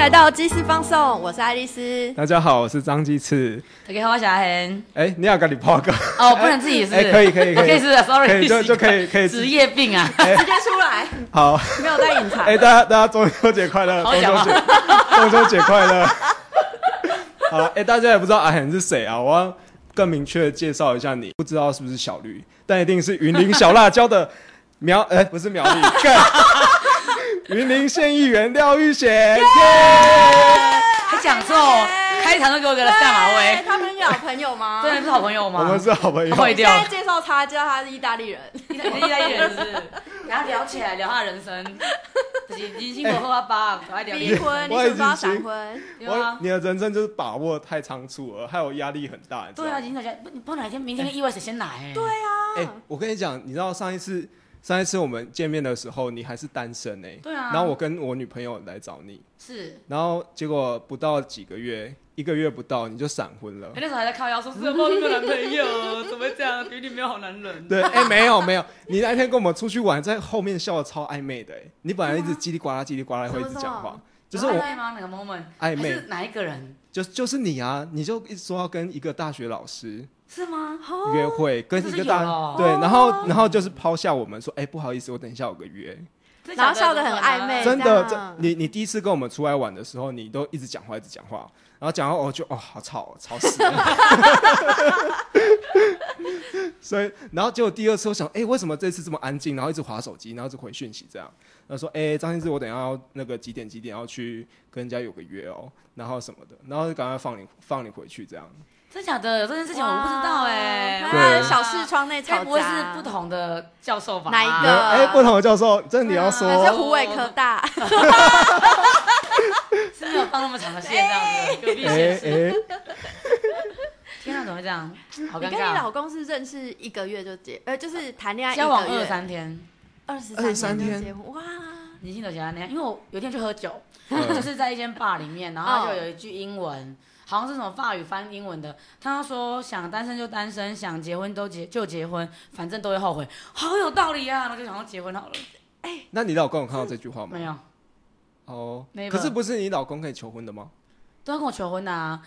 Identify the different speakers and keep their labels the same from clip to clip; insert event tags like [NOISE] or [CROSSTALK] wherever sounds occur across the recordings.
Speaker 1: 来到鸡丝放送，我是爱丽丝。
Speaker 2: 大家好，我是张鸡翅。
Speaker 3: 大家好，我是阿恒。
Speaker 2: 哎，你要跟你报告。
Speaker 3: 哦，不能自己是不
Speaker 2: 哎
Speaker 3: 是？
Speaker 2: 可以可以可以
Speaker 3: 可以是不是，sorry，
Speaker 2: 可以就就可以哎可以
Speaker 3: 职业病啊，
Speaker 1: 直接出来，
Speaker 2: 好，
Speaker 1: 没有在隐藏。
Speaker 2: 哎，大家大家中秋节快乐，
Speaker 3: 好啊
Speaker 2: 中秋
Speaker 3: 讲话
Speaker 2: 节，中秋节快乐。好，哎，大家也不知道阿恒是谁啊，我要更明确的介绍一下你，不知道是不是小绿，但一定是云林小辣椒的 [LAUGHS] 苗，哎，不是苗栗， [LAUGHS] 干云林县议员廖玉贤。耶
Speaker 3: 还讲错哦，开场就给我个下马
Speaker 1: 对
Speaker 3: 威，
Speaker 1: 哎他们俩有朋友吗？
Speaker 3: 真的，是好朋友吗？
Speaker 2: 我们是好朋友，
Speaker 3: 会
Speaker 1: 现
Speaker 3: 掉
Speaker 1: 在
Speaker 3: 了，
Speaker 1: 介绍他，叫他是意大利人。
Speaker 3: 意大意大利人是不是，然后聊起来聊他的人生，就是已经过后阿爸，赶快聊
Speaker 1: 离
Speaker 3: 一
Speaker 1: 婚，你怎么
Speaker 2: 我已经
Speaker 1: 知道闪婚？
Speaker 3: 对
Speaker 2: 我
Speaker 3: 啊，
Speaker 2: 你的人生就是把握太仓促了，害我压力很大。你知道
Speaker 3: 对
Speaker 2: 吗
Speaker 3: 啊，林小姐，不你不哪天明天跟意外谁先来？
Speaker 1: 对
Speaker 2: 哎、
Speaker 1: 啊，
Speaker 2: 我跟你讲，你知道上一次上一次我们见面的时候，你还是单身哎、
Speaker 3: 对啊
Speaker 2: 然后我跟我女朋友来找你，
Speaker 3: 是。
Speaker 2: 然后结果不到几个月，一个月不到你就闪婚了
Speaker 3: 哎。那时候还在靠腰说，是有没有男朋友？怎么会这样？比你没有好男人。
Speaker 2: 对，哎、没有没有，你那天跟我们出去玩，在后面笑的超暧昧的、哎，你本来一直叽里呱啦叽里呱啦会一直讲话，就是
Speaker 3: 有
Speaker 2: 我
Speaker 3: 暧昧吗？哪个 moment？
Speaker 2: 暧昧
Speaker 3: 啊哎还是哪一个人？
Speaker 2: 就就是你啊，你就一直说要跟一个大学老师
Speaker 3: 是吗？
Speaker 1: 哦
Speaker 2: 约会，跟
Speaker 3: 这
Speaker 2: 一
Speaker 3: 是
Speaker 2: 个
Speaker 3: 有
Speaker 2: 大
Speaker 3: 哦
Speaker 2: 对，然后然后就是抛下我们说，哎、不好意思，我等一下有个约。
Speaker 3: 真的
Speaker 1: 然后
Speaker 3: 假
Speaker 1: 笑得很暧昧哎
Speaker 2: 真
Speaker 1: 这
Speaker 2: 的，
Speaker 1: 样
Speaker 2: 这你你第一次跟我们出来玩的时候，你都一直讲话，一直讲话，然后讲到我就哦，好吵哦，吵死了。 [LAUGHS] 所以，然后结果第二次我想，哎、为什么这次这么安静？然后一直划手机，然后一直回讯息，这样。然后说，哎、张先生，我等一下要那个几点几点要去跟人家有个约哦，然后什么的，然后就赶快放你放你回去这样。
Speaker 3: 真假的有这件事情我不知道哎、
Speaker 1: 哇
Speaker 2: 对
Speaker 1: 他小视窗内吵架，
Speaker 3: 该哎不会是不同的教授吧？
Speaker 1: 哪一
Speaker 2: 哎、
Speaker 3: [LAUGHS]
Speaker 1: 个
Speaker 2: 不同的教授，真的你要说，
Speaker 1: 啊还是湖北科大？
Speaker 3: 是没有放那么长的线这样子，隔壁
Speaker 2: 哎
Speaker 3: 县
Speaker 2: 哎、
Speaker 3: 市。天啊，怎么会这样？好
Speaker 1: 你
Speaker 3: 尴
Speaker 1: 跟你
Speaker 3: 尬。
Speaker 1: 老公是认识一个月就结，呃，就是谈恋爱一
Speaker 3: 交往
Speaker 1: 个
Speaker 3: 二十
Speaker 1: 月，
Speaker 3: 三天，
Speaker 1: 二十
Speaker 2: 23
Speaker 1: 天
Speaker 2: 天
Speaker 1: 就结婚，哇！
Speaker 3: 你信得起来呢？因为我有一天去喝酒，
Speaker 2: 嗯
Speaker 3: 就是在一间 bar 里面，然后
Speaker 1: 哦
Speaker 3: 就有一句英文，好像是什么法语翻英文的，他说想单身就单身，想结婚都结就结婚，反正都会后悔，好有道理啊！然后就想要结婚好了，
Speaker 2: 那你老公有看到这句话吗？
Speaker 3: 没有。
Speaker 2: 哦
Speaker 3: 没，吧
Speaker 2: 可是不是你老公可以求婚的吗？
Speaker 3: 都要跟我求婚啊。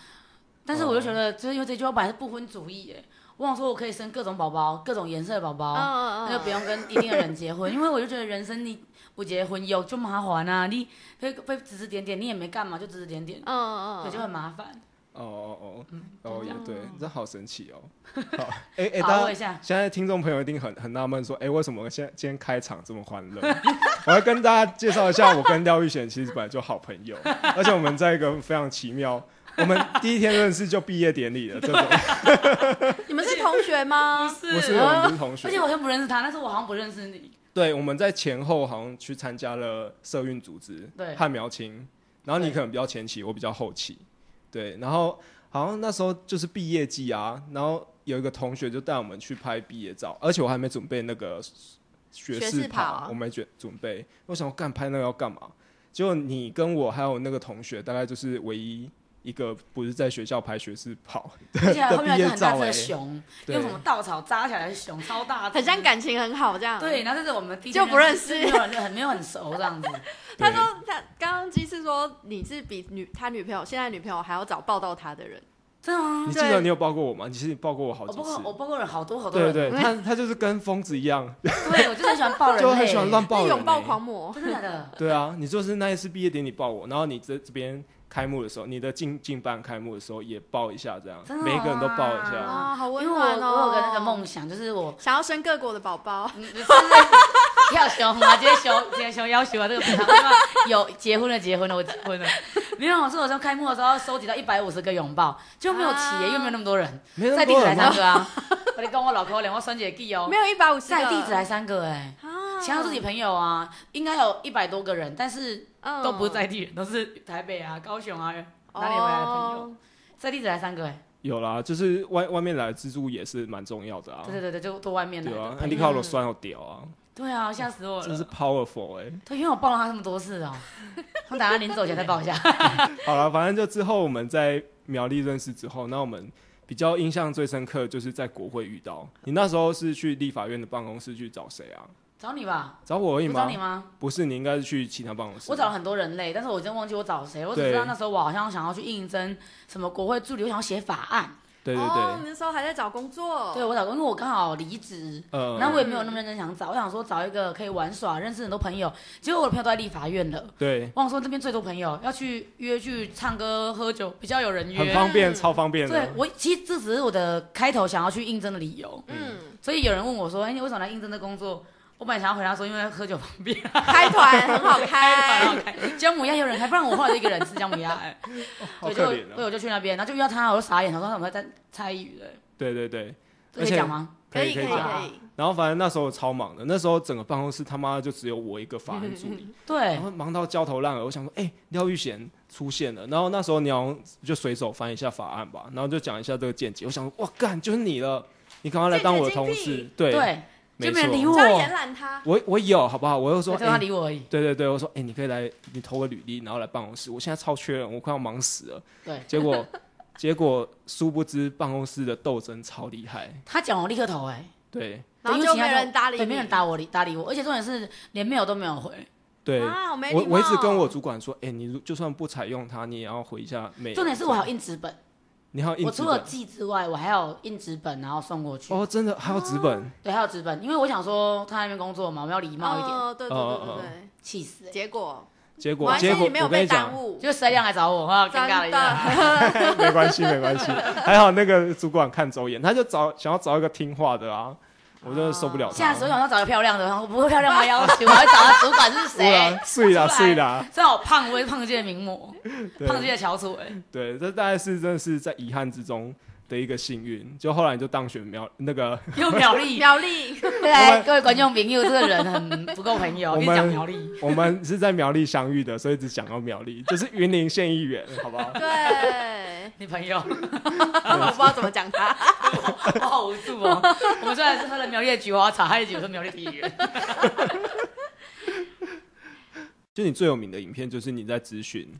Speaker 3: 但是我就觉
Speaker 1: 哦
Speaker 3: 得，就是因为这句话本来是不婚主义，哎，我想说我可以生各种宝宝，各种颜色的宝
Speaker 1: 嗯
Speaker 3: 宝，
Speaker 1: 嗯
Speaker 3: 那
Speaker 1: 嗯，
Speaker 3: 就不用跟一定的人结婚，因为我就觉得人生你不结婚有就麻烦啊，你被被指指点点，你也没干嘛，就指指点点，
Speaker 1: 嗯嗯
Speaker 3: 对，
Speaker 1: 嗯，
Speaker 3: 就很麻烦。
Speaker 2: 哦哦哦，哦
Speaker 3: 真
Speaker 2: 也
Speaker 3: 的
Speaker 2: 对，真好神奇 [LAUGHS] 哦。好，哎哎，
Speaker 3: 把
Speaker 2: 大
Speaker 3: 握一
Speaker 2: 家
Speaker 3: 下，
Speaker 2: 现在听众朋友一定很很纳闷，说，哎，为什么现在今天开场这么欢乐？ [LAUGHS] 我要跟大家介绍一下，我跟廖玉贤其实本来就好朋 [LAUGHS] 友，而且我们在一个非常奇妙，我们第一天认识就毕业典礼了，这种
Speaker 1: 你们是同学吗？
Speaker 2: 不 [LAUGHS] 是哦我们不是同学
Speaker 3: 而且，我好像不认识他，但是我好像不认
Speaker 2: [LAUGHS]
Speaker 3: 识你，
Speaker 2: 对，我们在前后好像去参加了社运组织，
Speaker 3: 对
Speaker 2: 汉苗青，然后你
Speaker 3: 对
Speaker 2: 可能比较前期，我比较后期，对，然后好像那时候就是毕业季啊，然后有一个同学就带我们去拍毕业照，而且我还没准备那个学
Speaker 1: 学
Speaker 2: 士
Speaker 1: 士袍
Speaker 2: 袍，我没准准备，我想说干拍那个要干嘛？结果你跟我还有那个同学，大概就是唯一一个不是在学校拍学士袍
Speaker 3: 而且后面还
Speaker 2: 毕
Speaker 3: 有
Speaker 2: 业
Speaker 3: 一只很大
Speaker 2: 照
Speaker 3: 只
Speaker 2: 哎
Speaker 3: 的熊，
Speaker 2: 对
Speaker 3: 用什么稻草扎起来的熊，超大只，
Speaker 1: 很像感情很好这样。
Speaker 3: 对，，然后这是我们第一
Speaker 1: 就
Speaker 3: 天
Speaker 1: 不认识
Speaker 3: 没有人很没有很熟这样子。
Speaker 1: 他说他刚刚鸡翅说你是比女他女朋友现在女朋友还要早抱到他的人，
Speaker 3: 真的吗
Speaker 2: 你？记
Speaker 1: 对
Speaker 2: 得你有抱过我吗？你其实抱过我好
Speaker 3: 我
Speaker 2: 几
Speaker 3: 哦包括我
Speaker 2: 次。
Speaker 3: 包括人好多好多
Speaker 2: 对
Speaker 3: 人，
Speaker 2: 对
Speaker 1: 我
Speaker 2: 对，他他就是跟疯子一样，
Speaker 3: 对我就很喜欢抱人类，
Speaker 2: 就很喜欢乱抱
Speaker 1: 是
Speaker 2: 人、
Speaker 1: 拥抱
Speaker 2: 欸
Speaker 1: 狂魔。
Speaker 3: 真的假的？
Speaker 2: 对啊，你就是那一次毕业典礼抱我，然后你这这边开幕的时候，你的进进班开幕的时候也抱一下，这样
Speaker 3: 真的
Speaker 2: 每一个人都抱一
Speaker 3: 哇
Speaker 2: 下。
Speaker 1: 啊，好
Speaker 3: 因
Speaker 1: 温
Speaker 3: 为我
Speaker 1: 暖哦！
Speaker 3: 我有个那个，梦想，就是我
Speaker 1: 想要生各国的宝宝。
Speaker 3: 嗯就是要熊啊，今天熊今天熊要求啊，这个平常有结婚了结婚了，我结婚了。没有，是我说开幕的时候要收集到一百五十个拥抱，就没有齐
Speaker 1: 啊
Speaker 3: 耶，因为没有那么多人，
Speaker 2: 没那么
Speaker 3: 在地
Speaker 2: 多
Speaker 3: 址来
Speaker 2: 人
Speaker 3: 三
Speaker 2: 吗？
Speaker 3: 个啊， [LAUGHS] 我跟我老公两个酸姐弟哦
Speaker 1: 没，有一百五十
Speaker 3: 在地址来三个哎，
Speaker 1: 啊
Speaker 3: 其他都是你朋友啊，应该有一百多个人，但是
Speaker 1: 嗯
Speaker 3: 都不是在地人，都是台北啊、高雄啊哪里回来的朋友，
Speaker 1: 哦
Speaker 3: 在地址来三个哎。
Speaker 2: 有啦，就是外外面来的蜘蛛也是蛮重要的啊。
Speaker 3: 对对对对，就都外面来
Speaker 2: 对
Speaker 3: 的
Speaker 2: 啊，
Speaker 3: 朋
Speaker 2: 安
Speaker 3: 友。
Speaker 2: 迪卡罗酸有屌啊，
Speaker 3: 对啊，吓死我
Speaker 2: 真是
Speaker 3: 了。
Speaker 2: powerful 哎、
Speaker 3: 对，因为我抱了他这么多次哦，他打算临走前再抱一下。 [LAUGHS]
Speaker 2: 好了，反正就之后我们在苗栗认识之后，那我们比较印象最深刻就是在国会遇到你。那时候是去立法院的办公室去找谁啊？
Speaker 3: 找你吧，
Speaker 2: 找我而已
Speaker 3: 我找
Speaker 2: 吗
Speaker 3: 你？吗？
Speaker 2: 不是，你应该是去其他办公室。
Speaker 3: 我找了很多人类，但是我真的忘记我找谁，我只
Speaker 2: 对
Speaker 3: 知道那时候我好像想要去应征什么国会助理，我想要写法案，
Speaker 2: 对对
Speaker 1: 哦，
Speaker 2: 对，
Speaker 1: 你那时候还在找工作，
Speaker 3: 对我找过，因为我刚好离职。
Speaker 2: 呃，
Speaker 3: 然后我也没有那么认真想找，我想说找一个可以玩耍、认识很多朋友。结果我的朋友都在立法院了，
Speaker 2: 对，
Speaker 3: 我想说这边最多朋友，要去约去唱歌、喝酒，比较有人约。
Speaker 2: 很方便，超方便啊
Speaker 3: 对
Speaker 2: 的。
Speaker 3: 我其实这只是我的开头想要去应征的理由，
Speaker 1: 嗯，
Speaker 3: 所以有人问我说：“哎、你为什么来应征这工作？”我本来想要回答说：“因为喝酒方 [LAUGHS] 便，
Speaker 1: 嗯开
Speaker 3: 哎
Speaker 1: 团很好
Speaker 3: [LAUGHS]
Speaker 1: 开，
Speaker 3: 开姜母鸭有人开，不然我后来就一个人吃姜母鸭。哎
Speaker 2: 好
Speaker 3: 对，
Speaker 2: 可
Speaker 3: 就嗯
Speaker 2: 怜哦。
Speaker 3: 对，我就去那边，然后就遇到他，我就傻眼，想说他怎么在猜疑语的，
Speaker 2: 对对对，
Speaker 3: 这可以
Speaker 2: 而且
Speaker 3: 讲吗？
Speaker 1: 可以
Speaker 2: 以
Speaker 1: 可
Speaker 2: 可
Speaker 1: 以
Speaker 2: 讲。
Speaker 1: 可以，
Speaker 2: 然后反正那时候我超忙的，那时候整个办公室他妈就只有我一个法案助理，
Speaker 3: [LAUGHS] 对
Speaker 2: 然，后忙到焦头烂额。我想说，哎、廖玉贤出现了，然后那时候你好像就随手翻一下法案吧，然后就讲一下这个见解。我想说，哇，干，就是你了，你赶快来当我的同
Speaker 1: 见解
Speaker 2: 事
Speaker 1: 禁。
Speaker 2: 对，
Speaker 3: 对，
Speaker 2: 没
Speaker 3: 就没人理
Speaker 2: 错。
Speaker 1: 不
Speaker 3: 我
Speaker 1: 要延揽他，
Speaker 2: 我我有好不好？我又说，
Speaker 3: 对，
Speaker 2: 哎、
Speaker 3: 他理我而已。
Speaker 2: 对对对，我说，哎、你可以来，你投个履历，然后来办公室。我现在超缺人，我快要忙死了。
Speaker 3: 对
Speaker 2: 结果 [LAUGHS] 结果殊不知办公室的斗争超厉害，
Speaker 3: 他讲我立刻投，哎，
Speaker 2: 对
Speaker 1: 然后
Speaker 3: 对
Speaker 1: 就
Speaker 3: 因为
Speaker 1: 没
Speaker 3: 其他
Speaker 1: 人搭理
Speaker 3: 对，
Speaker 1: 你，
Speaker 3: 没人搭我理搭理我，而且重点是连 mail 都没有回。
Speaker 2: 对。
Speaker 1: 啊，我没
Speaker 2: 我
Speaker 1: 礼
Speaker 2: 我一直
Speaker 1: 貌
Speaker 2: 跟我主管说，哎、你如就算不采用它，你也要回一下美。
Speaker 3: 重点是我还有印纸本，
Speaker 2: 你还有
Speaker 3: 我
Speaker 2: 印纸
Speaker 3: 除了
Speaker 2: 本
Speaker 3: 寄之外，我还有印纸本，然后送过去。
Speaker 2: 哦，真的还有纸本，
Speaker 3: 对，还有纸本，因为我想说他在那边工作嘛，我们要礼貌一点，
Speaker 1: 哦，对对对对对，
Speaker 3: 气死、欸！
Speaker 1: 结果
Speaker 2: 结
Speaker 1: 果
Speaker 2: 果
Speaker 1: 然
Speaker 2: 结
Speaker 1: 是
Speaker 2: 果
Speaker 1: 你没有
Speaker 2: 我跟
Speaker 1: 被
Speaker 2: 你
Speaker 1: 耽
Speaker 2: 讲，
Speaker 1: 误，
Speaker 3: 就谁亮来找我，哇，尴尬了
Speaker 1: 真
Speaker 3: 一下。
Speaker 1: 的，
Speaker 2: [LAUGHS] 没关系没
Speaker 3: [LAUGHS]
Speaker 2: 关系，还好那个主管看走眼，他就找想要找一个听话的啊，我就受不了他。
Speaker 3: 下哦次我想要找个漂亮的，我不会漂亮我要 [LAUGHS] 求，我要找他主管是
Speaker 2: 对
Speaker 3: 谁
Speaker 2: 啊？，碎啦
Speaker 3: 哎出来
Speaker 2: 碎啦，
Speaker 3: 虽然我胖，我也是胖界的名模，胖界
Speaker 2: 对
Speaker 3: 的翘楚哎。
Speaker 2: 对，这大概是真的是在遗憾之中的一个幸运，就后来就当选苗那个
Speaker 3: 又 [LAUGHS] 苗栗，
Speaker 1: 苗栗，
Speaker 3: 对各位观众朋友，这个人很不够朋友，
Speaker 2: 我
Speaker 3: 跟
Speaker 2: 们
Speaker 3: 你讲苗栗，
Speaker 2: 我们是在苗栗相遇的，所以只讲到苗栗，就是云林县议员，好不好？
Speaker 1: 对，
Speaker 3: 你朋友
Speaker 1: [LAUGHS]
Speaker 3: [LAUGHS]
Speaker 1: 我不知道怎么讲他，
Speaker 3: 我好无助哦。我们虽然是喝了苗栗的菊花茶，还是觉得苗栗第一人。
Speaker 2: [LAUGHS] 就你最有名的影片，就是你在咨询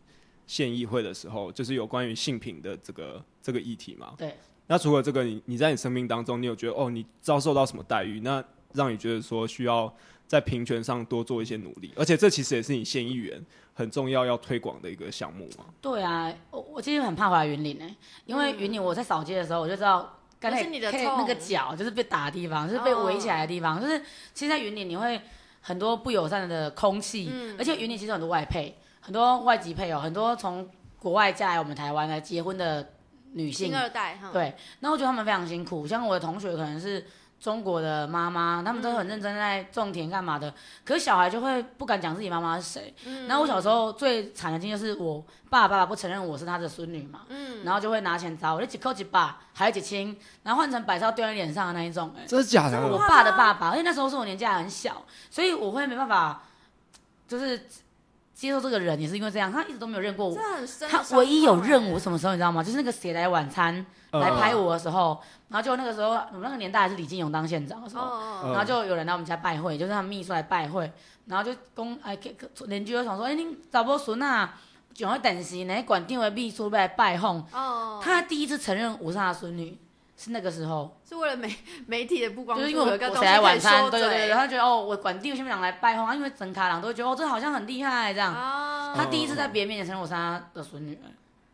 Speaker 2: 县议会的时候，就是有关于性平的这个这个议题嘛。
Speaker 3: 对。
Speaker 2: 那除了这个，你你在你生命当中，你有觉得哦，你遭受到什么待遇？那让你觉得说需要在平权上多做一些努力，而且这其实也是你县议员很重要要推广的一个项目嘛。
Speaker 3: 对啊，我我其实很怕回来云林哎、因为云林我在扫街的时候我就知道。刚
Speaker 1: 嗯
Speaker 3: 才
Speaker 1: 那是你的
Speaker 3: 可以
Speaker 1: 痛哦
Speaker 3: 那个脚就是被打的地方，就是被围起来的地方，就是其实，在云林你会很多不友善的空气，
Speaker 1: 嗯
Speaker 3: 而且云林其实有很多外配，很多外籍配偶，哦很多从国外嫁来我们台湾来结婚的女性
Speaker 1: 星，二嗯代哈，
Speaker 3: 对，那我觉得他们非常辛苦。像我的同学可能是中国的妈妈，他们
Speaker 1: 嗯
Speaker 3: 都很认真在种田干嘛的，可是小孩就会不敢讲自己妈妈是谁，
Speaker 1: 嗯
Speaker 3: 然后我小时候最惨的经历就是我爸爸不承认我是他的孙女嘛，
Speaker 1: 嗯，
Speaker 3: 然后就会拿钱砸我，就几扣几把，还有几亲，然后换成百兆丢在脸上的那一种、哎，
Speaker 2: 真的假
Speaker 1: 的
Speaker 3: 我
Speaker 2: 的？
Speaker 1: 哇
Speaker 3: 爸的爸爸，而且那时候是我年纪还很小，所以我会没办法，就是接受这个人，也是因为这样，他一直都没有认过我。
Speaker 1: 这很深，欸哦
Speaker 3: 他唯一有认我什么时候你知道吗？就是那个《谁来晚餐》
Speaker 2: 嗯
Speaker 3: 来拍我的时候，然后就那个时候我们那个年代还是李金勇当县长的时
Speaker 1: 哦
Speaker 3: 候，
Speaker 1: 哦，
Speaker 2: 嗯
Speaker 1: 哦
Speaker 3: 然后就有人来我们家拜会，就是他们秘书来拜会，然后就公哎给给邻居就想说，哎、恁查某孙啊，上会电视呢，馆长的秘书来拜访，
Speaker 1: 哦，
Speaker 3: 他第一次承认我是他的孙女，是那个时候，
Speaker 1: 是为了媒媒体的曝光
Speaker 3: 就
Speaker 1: 度，
Speaker 3: 是因为我
Speaker 1: 有一个
Speaker 3: 我
Speaker 1: 东
Speaker 3: 谁
Speaker 1: 西
Speaker 3: 来
Speaker 1: 可
Speaker 3: 晚
Speaker 1: 以
Speaker 3: 餐，
Speaker 1: 说
Speaker 3: 对对对，
Speaker 1: 嘴
Speaker 3: 然后觉得哦，我馆长下面人来拜访，啊因为整卡人都会觉得哦，这好像很厉害这样。
Speaker 1: 啊，
Speaker 3: 他第一次在别人面前承认我是他的孙女，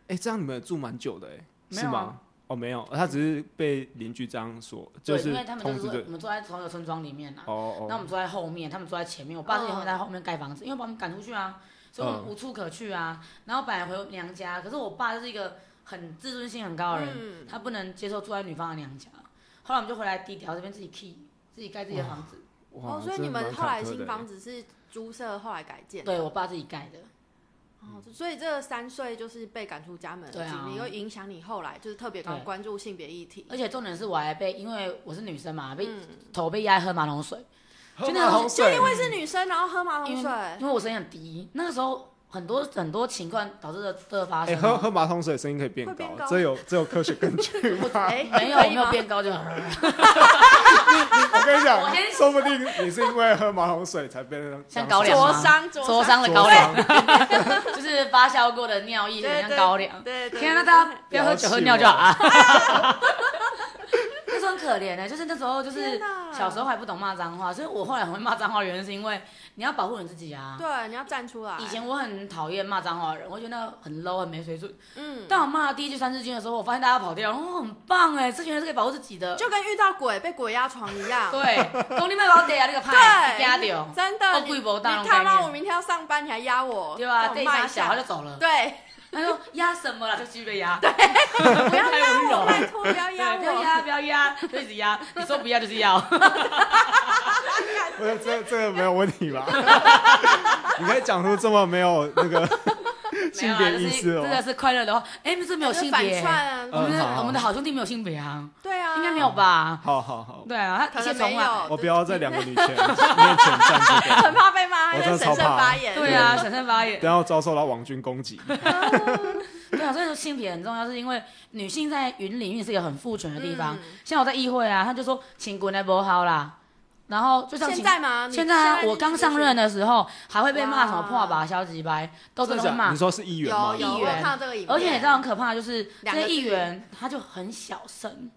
Speaker 2: 哎、这样你们也住蛮久的哎、
Speaker 3: 没
Speaker 2: 是
Speaker 3: 有啊
Speaker 2: 吗？哦，没有，他只是被邻居这样说，就
Speaker 3: 对，
Speaker 2: 是
Speaker 3: 因为他们都
Speaker 2: 通
Speaker 3: 是
Speaker 2: 知
Speaker 3: 说
Speaker 2: 的
Speaker 3: 我。们住在同一个村庄里面啊，
Speaker 2: 哦
Speaker 3: 那
Speaker 2: 哦，
Speaker 3: 我们坐在后面，他们坐在前面。我爸之前会在后面盖房子，因为把我们赶出去啊，所以我们
Speaker 2: 嗯
Speaker 3: 无处可去啊。然后本来回娘家，可是我爸就是一个很自尊心很高的人，
Speaker 1: 嗯
Speaker 3: 他不能接受住在女方的娘家。后来我们就回来低调，这边自己 key，自己盖自己的房子。
Speaker 2: 哇
Speaker 1: 哦，所以
Speaker 2: 真
Speaker 1: 你
Speaker 2: 的蛮
Speaker 1: 们后来
Speaker 2: 坎坷的
Speaker 1: 新
Speaker 2: 哎
Speaker 1: 房子是租舍，后来改建，
Speaker 3: 对我爸自己盖的，
Speaker 1: 哦，所以这三岁就是被赶出家门
Speaker 3: 对
Speaker 1: 的
Speaker 3: 啊
Speaker 1: 经历，又影响你后来就是特别关
Speaker 3: 对
Speaker 1: 关注性别议题，
Speaker 3: 而且重点是我还被，因为我是女生嘛，被、
Speaker 1: 嗯，
Speaker 3: 头被压在喝马桶水，
Speaker 2: 就
Speaker 3: 那种
Speaker 1: 就因为是女生，然后喝马桶
Speaker 3: 因
Speaker 1: 水，
Speaker 3: 为因为我声音很低，那个时候很多很多情况导致的的发
Speaker 2: 哎、
Speaker 3: 生
Speaker 2: 喝
Speaker 3: 啊。
Speaker 2: 喝马桶水声音可以变
Speaker 1: 会变
Speaker 2: 高，
Speaker 1: 高
Speaker 2: 这有这有科学根
Speaker 3: [LAUGHS]
Speaker 2: 据。
Speaker 1: 哎，
Speaker 3: 没有，
Speaker 1: 可
Speaker 3: 我
Speaker 1: 以
Speaker 3: 没有
Speaker 1: 吗
Speaker 3: 变高就。 [LAUGHS]
Speaker 2: 我跟你讲
Speaker 3: 我先，
Speaker 2: 说不定你是因为喝马桶水才变成
Speaker 3: 像高粱
Speaker 1: 灼
Speaker 3: 吗
Speaker 1: 伤，灼
Speaker 3: 灼伤了高
Speaker 2: 灼
Speaker 3: 粱，
Speaker 1: [LAUGHS]
Speaker 3: 就是发酵过的尿液，
Speaker 1: 对
Speaker 3: 很像
Speaker 1: 对
Speaker 3: 高粱。啊
Speaker 1: 对对，
Speaker 3: 天啊，那
Speaker 1: 对
Speaker 3: 大家不要喝酒喝尿就好啊！ [LAUGHS] 那时候很可怜呢、就是那时候就是
Speaker 1: 天哪
Speaker 3: 小时候还不懂骂脏话，所以我后来很会骂脏话，原因是因为你要保护你自己啊。
Speaker 1: 对，你要站出来。
Speaker 3: 以前我很讨厌骂脏话的人，我觉得很 low 很没水准。
Speaker 1: 嗯，
Speaker 3: 但我骂了第一句三字经的时候，我发现大家跑掉，哦，很棒哎，这群人是可以保护自己的。
Speaker 1: 就跟遇到鬼被鬼压床一样。
Speaker 3: [LAUGHS] 对，公你卖包得啊，那个派
Speaker 1: 对，
Speaker 3: 压掉，
Speaker 1: 真的，
Speaker 3: 哦
Speaker 1: 你
Speaker 3: 贵不大那种
Speaker 1: 你他
Speaker 3: 概
Speaker 1: 妈，
Speaker 3: 念
Speaker 1: 我明天要上班，你还压我，
Speaker 3: 对吧？这
Speaker 1: 这
Speaker 3: 一
Speaker 1: 种卖
Speaker 3: 场小
Speaker 1: 相
Speaker 3: 他就走了， [LAUGHS]
Speaker 1: 对，
Speaker 3: 他说压什么啦，就继续被压，
Speaker 1: 不
Speaker 3: [LAUGHS] 不
Speaker 1: 要
Speaker 3: 太温啊
Speaker 1: 压我，
Speaker 3: 柔。
Speaker 1: 拜托不要压
Speaker 3: 对， [LAUGHS] 不要
Speaker 1: 我，
Speaker 3: 压，不要压，就一直压。你说不要就是要，
Speaker 2: 我说这这个没有问题吧？ [LAUGHS] 你可以讲出这么没有那个 [LAUGHS] 性
Speaker 3: 没有啦
Speaker 2: 别
Speaker 3: 就
Speaker 2: 意
Speaker 3: 是
Speaker 2: 思哦
Speaker 3: 这。个是快乐的话，哎，这没有性
Speaker 1: 反
Speaker 3: 别，
Speaker 1: 串
Speaker 3: 我
Speaker 1: 啊，
Speaker 2: 嗯
Speaker 3: 们的
Speaker 2: 好好
Speaker 3: 我们的好兄弟没有性别啊，
Speaker 1: 对啊，
Speaker 3: 哦应该没有吧？
Speaker 2: 好好好，
Speaker 3: 对啊，他
Speaker 1: 可
Speaker 3: 一切
Speaker 1: 能
Speaker 3: 从
Speaker 1: 没
Speaker 3: 来。
Speaker 1: 有，
Speaker 2: 我不要在两个女权
Speaker 3: [LAUGHS]
Speaker 2: 面前站这个，
Speaker 1: [LAUGHS] 很怕被骂，
Speaker 2: 我
Speaker 1: 因
Speaker 2: 真
Speaker 1: 为
Speaker 2: 的
Speaker 1: 神
Speaker 2: 超
Speaker 1: 圣
Speaker 2: 怕
Speaker 1: 发言。
Speaker 3: 对啊，闪闪发言。
Speaker 2: 然后遭受到网军攻击。
Speaker 3: 哦对啊，所以说性别很重要，是因为女性在云领域是一个很父权的地方。
Speaker 1: 嗯
Speaker 3: 像我在议会啊，他就说请滚来不好啦，然后就像
Speaker 1: 现
Speaker 3: 请
Speaker 1: 在吗？你
Speaker 3: 现在啊，我
Speaker 1: 你
Speaker 3: 刚上任的时候还会被骂什
Speaker 1: 哇
Speaker 3: 么破吧、消极白，都真的会骂
Speaker 2: 你。说是议员吗哦
Speaker 1: 有？
Speaker 3: 议
Speaker 1: 有，我有
Speaker 3: 员
Speaker 1: 看到这个影片，
Speaker 3: 而且你知道很可怕，就是这
Speaker 1: 两个
Speaker 3: 些
Speaker 1: 字
Speaker 3: 议员他就很小声，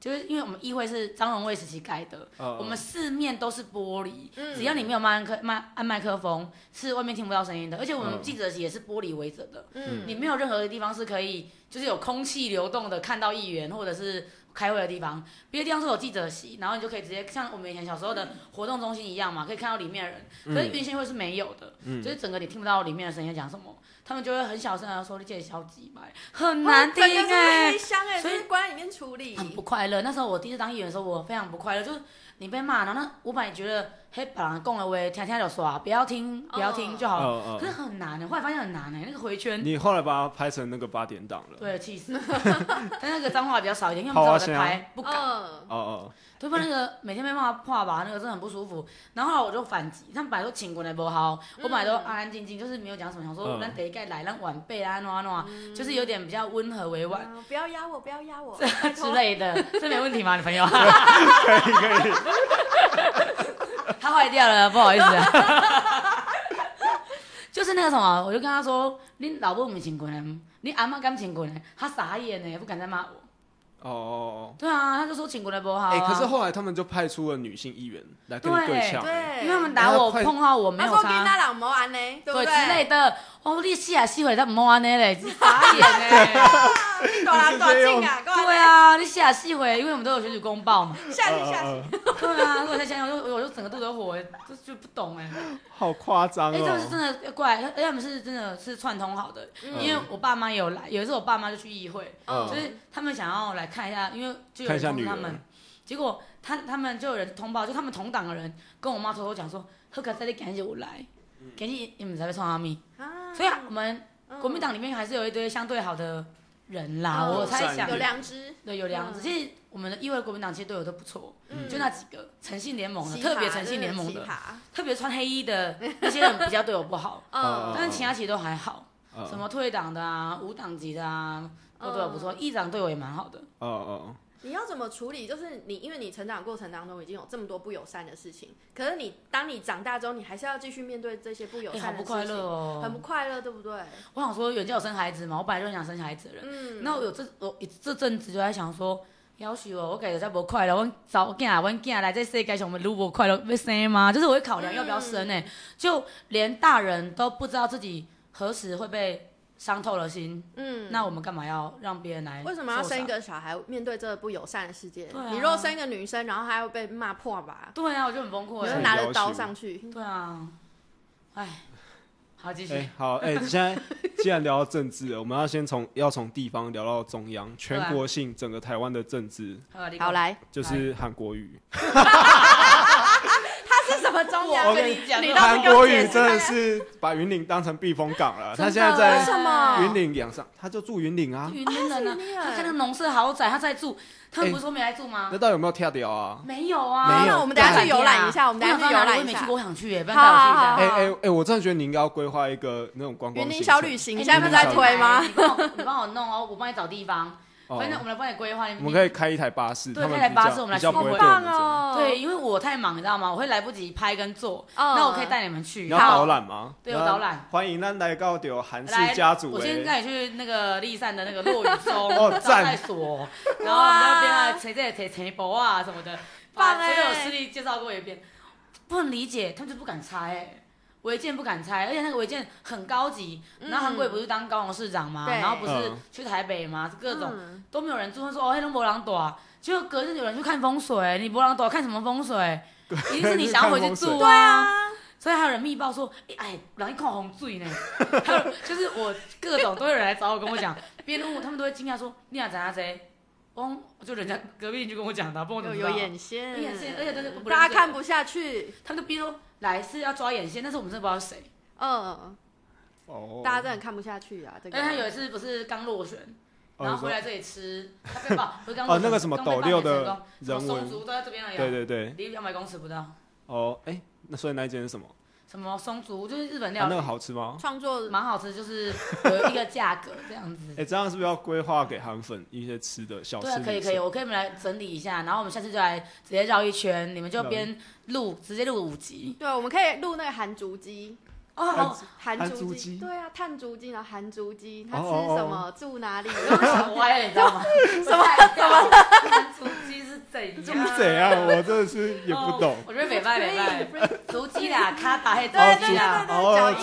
Speaker 3: 就是因为我们议会是张荣卫时期盖的，
Speaker 2: 呃
Speaker 3: 我们四面都是玻璃，
Speaker 1: 嗯
Speaker 3: 只要你没有麦克麦按麦克风，是外面听不到声音的。而且我们
Speaker 2: 嗯
Speaker 3: 记者席也是玻璃围着的，
Speaker 1: 嗯，
Speaker 3: 你没有任何的地方是可以，就是有空气流动的，看到议员或者是开会的地方。别的地方是有记者席，然后你就可以直接像我们以前小时候的活动中心一样嘛，可以看到里面的人。可是云仙会是没有的，就是整个你听不到里面的声音在讲什么，他们就会很小声的说：“你这里消极吧，很难听
Speaker 1: 真的
Speaker 3: 哎、
Speaker 1: 是黑箱哎，
Speaker 3: 所
Speaker 1: 所
Speaker 3: 以
Speaker 1: 以关在里面处理，
Speaker 3: 很不快乐。那时候我第一次当议员的时候，我非常不快乐，就是你被骂，然后那五百觉得黑白人供了我听听就刷，不要听，不要听就好了。
Speaker 2: 呃
Speaker 3: 可是很难的，后来发现很难哎，那个回 [LAUGHS] 圈。
Speaker 2: 你后来把它拍成那个八点档了。
Speaker 3: 对，气死！ [LAUGHS] 但那个脏话比较少一点，因为我们知道我在拍，不敢。
Speaker 1: 嗯，
Speaker 2: 哦哦，
Speaker 3: 对吧？那个每天被骂怕吧，那个真的很不舒服。然后后来我就反击，他们本来都请过来不好，我本来都安安静静，就是没有讲什么，想说
Speaker 2: 嗯
Speaker 3: 咱得一盖来，让晚辈啊，哪哪，就是有点比较温和委婉
Speaker 1: 啊不要压我，不要
Speaker 3: [LAUGHS]
Speaker 1: 压我，
Speaker 3: 之
Speaker 1: 之。
Speaker 3: 类的，这没问题吗？你朋友？
Speaker 2: 可以可以，
Speaker 3: 他坏掉了，不好意思、啊。 [LAUGHS] 就是那个什么，我就跟他说，你老婆没请过来，你阿妈敢请过来，他傻眼呢，不敢再骂
Speaker 2: 哦
Speaker 3: 我。
Speaker 2: 哦哦。
Speaker 3: 对啊，他就说请过来不好、啊。
Speaker 2: 哎，可是后来他们就派出了女性议员来跟你
Speaker 3: 对
Speaker 2: 呛。哎
Speaker 1: 对，
Speaker 3: 因为他们打我、
Speaker 2: 然后快
Speaker 3: 碰到我没
Speaker 1: 他
Speaker 3: 有
Speaker 1: 说跟
Speaker 3: 差，
Speaker 1: 那老毛安呢，对不
Speaker 3: 对之类
Speaker 1: 对？
Speaker 3: 的。哦，你死啊死回，他唔好安尼
Speaker 2: [LAUGHS]
Speaker 3: 嘞，傻眼嘞。
Speaker 1: 你躲来躲进啊，干嘛
Speaker 3: 对啊，你死啊死回，因为我们都有选举公报嘛。
Speaker 1: 下去下去，
Speaker 2: 呃
Speaker 3: 对啊，如果再想想，我就我就整个肚子都火，就就不懂哎。
Speaker 2: 好夸张
Speaker 3: 哎、他们是
Speaker 2: 哦！
Speaker 3: 真的要过来，而且他们是真的是串通好的，因为我爸妈也有来，有一次我爸妈就去议会，
Speaker 2: 嗯
Speaker 3: 就
Speaker 1: 嗯
Speaker 3: 是他们想要来看一下，因为就有
Speaker 2: 看一
Speaker 3: 人
Speaker 2: 下
Speaker 3: 通知
Speaker 2: 女
Speaker 3: 他
Speaker 2: 儿
Speaker 3: 们，结果他他们就有人通报，就他们同党的人跟我妈偷偷讲说，贺凯在你赶紧我来，
Speaker 2: 嗯
Speaker 3: 赶紧你们才会创阿咪，
Speaker 1: 啊
Speaker 3: 所以我们
Speaker 1: 嗯
Speaker 3: 国民党里面还是有一堆相对好的人啦，
Speaker 1: 嗯
Speaker 3: 我猜想
Speaker 2: 善
Speaker 1: 有
Speaker 2: 良
Speaker 1: 良知，
Speaker 3: 对有两只，
Speaker 1: 嗯
Speaker 3: 其实我们的议会国民党其实对我都不错，
Speaker 1: 嗯
Speaker 3: 就那几个诚信联盟的，
Speaker 1: 奇葩
Speaker 3: 特别诚信联盟
Speaker 1: 真
Speaker 3: 的
Speaker 1: 是奇，葩
Speaker 3: 特别穿黑衣的那些人比较对我不好。
Speaker 2: 嗯
Speaker 3: 但是其他其实都还好，
Speaker 2: 呃
Speaker 3: 什么退党的啊、无党籍的啊，都对我不
Speaker 1: 嗯
Speaker 3: 错。议长对我也蛮好的，
Speaker 2: 哦哦，
Speaker 1: 你要怎么处理？就是你，因为你成长过程当中已经有这么多不友善的事情，可是你当你长大之后，你还是要继续面对这些不友
Speaker 3: 哎，好
Speaker 1: 善的
Speaker 3: 不
Speaker 1: 事情，
Speaker 3: 快乐
Speaker 1: 很
Speaker 3: 哦
Speaker 1: 不。快乐，对不对？
Speaker 3: 我想说，远教有生孩子嘛，我本来就很想生小孩子的人。
Speaker 1: 嗯，
Speaker 3: 那我有这我这阵子就在想说，要许我，我感觉在不快乐，我早囝啊，我囝来这世界上，我们如果快乐要生吗？就是我会考量要不要
Speaker 1: 嗯
Speaker 3: 生呢、就连大人都不知道自己何时会被伤透了心，
Speaker 1: 嗯，
Speaker 3: 那我们干嘛要让别人来？
Speaker 1: 为什么要生一？个小孩面对这个不友善的世界？
Speaker 3: 对啊
Speaker 1: 你如果生一个女生，然后还要被骂破吧，
Speaker 3: 对啊，我就很崩溃
Speaker 1: 你
Speaker 2: 对
Speaker 1: 就
Speaker 3: 欸。
Speaker 1: 拿着刀上去，
Speaker 3: 对啊，哎，好继续。
Speaker 2: 哎，好，哎，现在既然聊到政治了，我们要先从要从地方聊到中央，
Speaker 3: 对
Speaker 2: 全
Speaker 3: 啊
Speaker 2: 国性整个台湾的政治
Speaker 1: 好
Speaker 3: 啦，
Speaker 1: 来，
Speaker 2: 就是韩国语。
Speaker 1: 他是什么中央？
Speaker 2: 我跟
Speaker 1: 你
Speaker 3: 哎你讲
Speaker 1: 你倒
Speaker 2: 韩
Speaker 1: 是给
Speaker 2: 国
Speaker 1: 我
Speaker 2: 语
Speaker 1: 解释
Speaker 2: 真的
Speaker 1: 一下
Speaker 2: 是把云岭当成避风港了，他
Speaker 3: 真的
Speaker 2: 现在
Speaker 1: 为
Speaker 2: 在
Speaker 1: 什么
Speaker 2: 云岭养上，他就住云岭啊。
Speaker 3: 云林人
Speaker 1: 啊是云林
Speaker 3: 呢、
Speaker 1: 人
Speaker 3: 他看那个农舍豪宅，他在住，他们不是说没来住吗？
Speaker 2: 哎那到底有没有跳掉啊？
Speaker 3: 没有啊，
Speaker 2: 没有
Speaker 1: 那我们等一下去游览一下，我们等一下去游
Speaker 3: 我
Speaker 1: 览
Speaker 3: 也
Speaker 1: 一
Speaker 3: 没
Speaker 1: 下
Speaker 3: 去。过，我想去耶，不然带我去一
Speaker 1: 好好
Speaker 3: 下。
Speaker 1: 好
Speaker 2: 哎哎哎，我真的觉得你应该要规划一个那种观光
Speaker 1: 云林
Speaker 2: 行
Speaker 1: 小
Speaker 2: 程
Speaker 1: 旅行，
Speaker 3: 哎
Speaker 1: 你现在不是在推吗？
Speaker 3: 你帮我，你帮我弄哦，我帮你找地方，
Speaker 2: 哦
Speaker 3: 反正我们来帮你规划。
Speaker 2: 我们可以开一台巴士，
Speaker 3: 对
Speaker 2: 他们
Speaker 3: 开一台
Speaker 2: 比
Speaker 3: 巴
Speaker 2: 较
Speaker 3: 士我们来
Speaker 2: 比较
Speaker 3: 巡
Speaker 1: 好
Speaker 2: 不会
Speaker 3: 回
Speaker 2: 对我
Speaker 1: 棒
Speaker 2: 们这样。
Speaker 1: 哦！
Speaker 3: 对，，因为我我太忙，你知道吗？我会来不及拍跟做，
Speaker 1: 哦
Speaker 3: 那我可以带你们去。
Speaker 2: 你要导览吗？
Speaker 3: 对有导览。
Speaker 2: 欢迎咱来到有韩式
Speaker 3: 来
Speaker 2: 家族
Speaker 3: 我先
Speaker 2: 哎，
Speaker 3: 带你去那个骊山的那个落雨中
Speaker 2: [LAUGHS] 哦赞
Speaker 3: 招待所，然后我们在那边啊，谁在谁谁博啊什么的，把
Speaker 1: 棒欸
Speaker 3: 所有势力介绍过一遍。不能理解，他们就不敢拆、欸，违建不敢拆，而且那个违建很高级。然后韩国也不是当高雄市长嘛，
Speaker 1: 嗯对
Speaker 3: 然后不是
Speaker 2: 嗯
Speaker 3: 去台北嘛，各种
Speaker 1: 嗯
Speaker 3: 都没有人住，他说哦，黑龙博朗朵啊，结果隔日有人去看风水，你博朗朵看什么风水？一定是你想要回去
Speaker 2: [LAUGHS]
Speaker 3: 住
Speaker 1: 对啊，
Speaker 3: 所以还有人密报说，哎、哎，人一看红
Speaker 2: [LAUGHS]
Speaker 3: 醉呢，还有就是我各种都有人来找我跟我讲， [LAUGHS] 别人问我，他们都会惊讶说，你俩怎样谁？哦，就人家隔壁邻居跟我讲的啊，不然我怎
Speaker 1: 有
Speaker 3: 么知道
Speaker 1: 有？眼线，
Speaker 3: 有眼线而且都是不认识
Speaker 1: 大家看不下去，
Speaker 3: 他们就逼说来是要抓眼线，但是我们真的不知道是谁。
Speaker 1: 嗯，
Speaker 2: 哦，
Speaker 1: 大家真的看不下去啊，这个
Speaker 3: 但他有一次不是刚落选，
Speaker 2: 哦
Speaker 3: 然后
Speaker 2: 你说
Speaker 3: 回来这里吃，他被爆，不是刚
Speaker 2: [LAUGHS] 哦
Speaker 3: 落选
Speaker 2: 那个什么
Speaker 3: [LAUGHS] 刚被
Speaker 2: 斗
Speaker 3: 罢
Speaker 2: 六
Speaker 3: 免成
Speaker 2: 的
Speaker 3: 功什么
Speaker 2: 人
Speaker 3: 松
Speaker 2: 文
Speaker 3: 竹都在这边而已啊，
Speaker 2: 对对对，
Speaker 3: 离两百公尺不到。
Speaker 2: 哦，哎，那所以那一间是什么？
Speaker 3: 什么松竹就是日本
Speaker 2: 啊
Speaker 3: 料
Speaker 2: 那
Speaker 3: 理，
Speaker 2: 个好吃吗？
Speaker 1: 创作
Speaker 3: 蛮好吃，就是有一个价格这样子。
Speaker 2: 哎，这样是不是要规划给韩粉一些吃的小吃
Speaker 3: 对啊，
Speaker 2: 零食？
Speaker 3: 可以可以，我可以来整理一下，然后我们下次就来直接绕一圈，你们就边录直接录五集
Speaker 1: 对，我们可以录那个韩竹鸡，
Speaker 3: 哦。 [LAUGHS] 好
Speaker 1: 韩
Speaker 2: 韩
Speaker 1: 竹
Speaker 2: 竹
Speaker 1: 鸡，
Speaker 2: 鸡
Speaker 1: 对啊，炭竹鸡，然后韩竹鸡，他吃
Speaker 2: 哦哦哦
Speaker 1: 什么，住哪里，
Speaker 3: 想歪了，你知道 [LAUGHS] 吗？什么什么？ [LAUGHS] 足迹是怎
Speaker 2: 这是
Speaker 3: 样？
Speaker 2: 怎样？我真的是也不懂
Speaker 3: 哦。我觉得北拜北拜，足迹啦，卡打黑足
Speaker 1: 对
Speaker 3: 迹啦，
Speaker 2: 哦，
Speaker 1: 对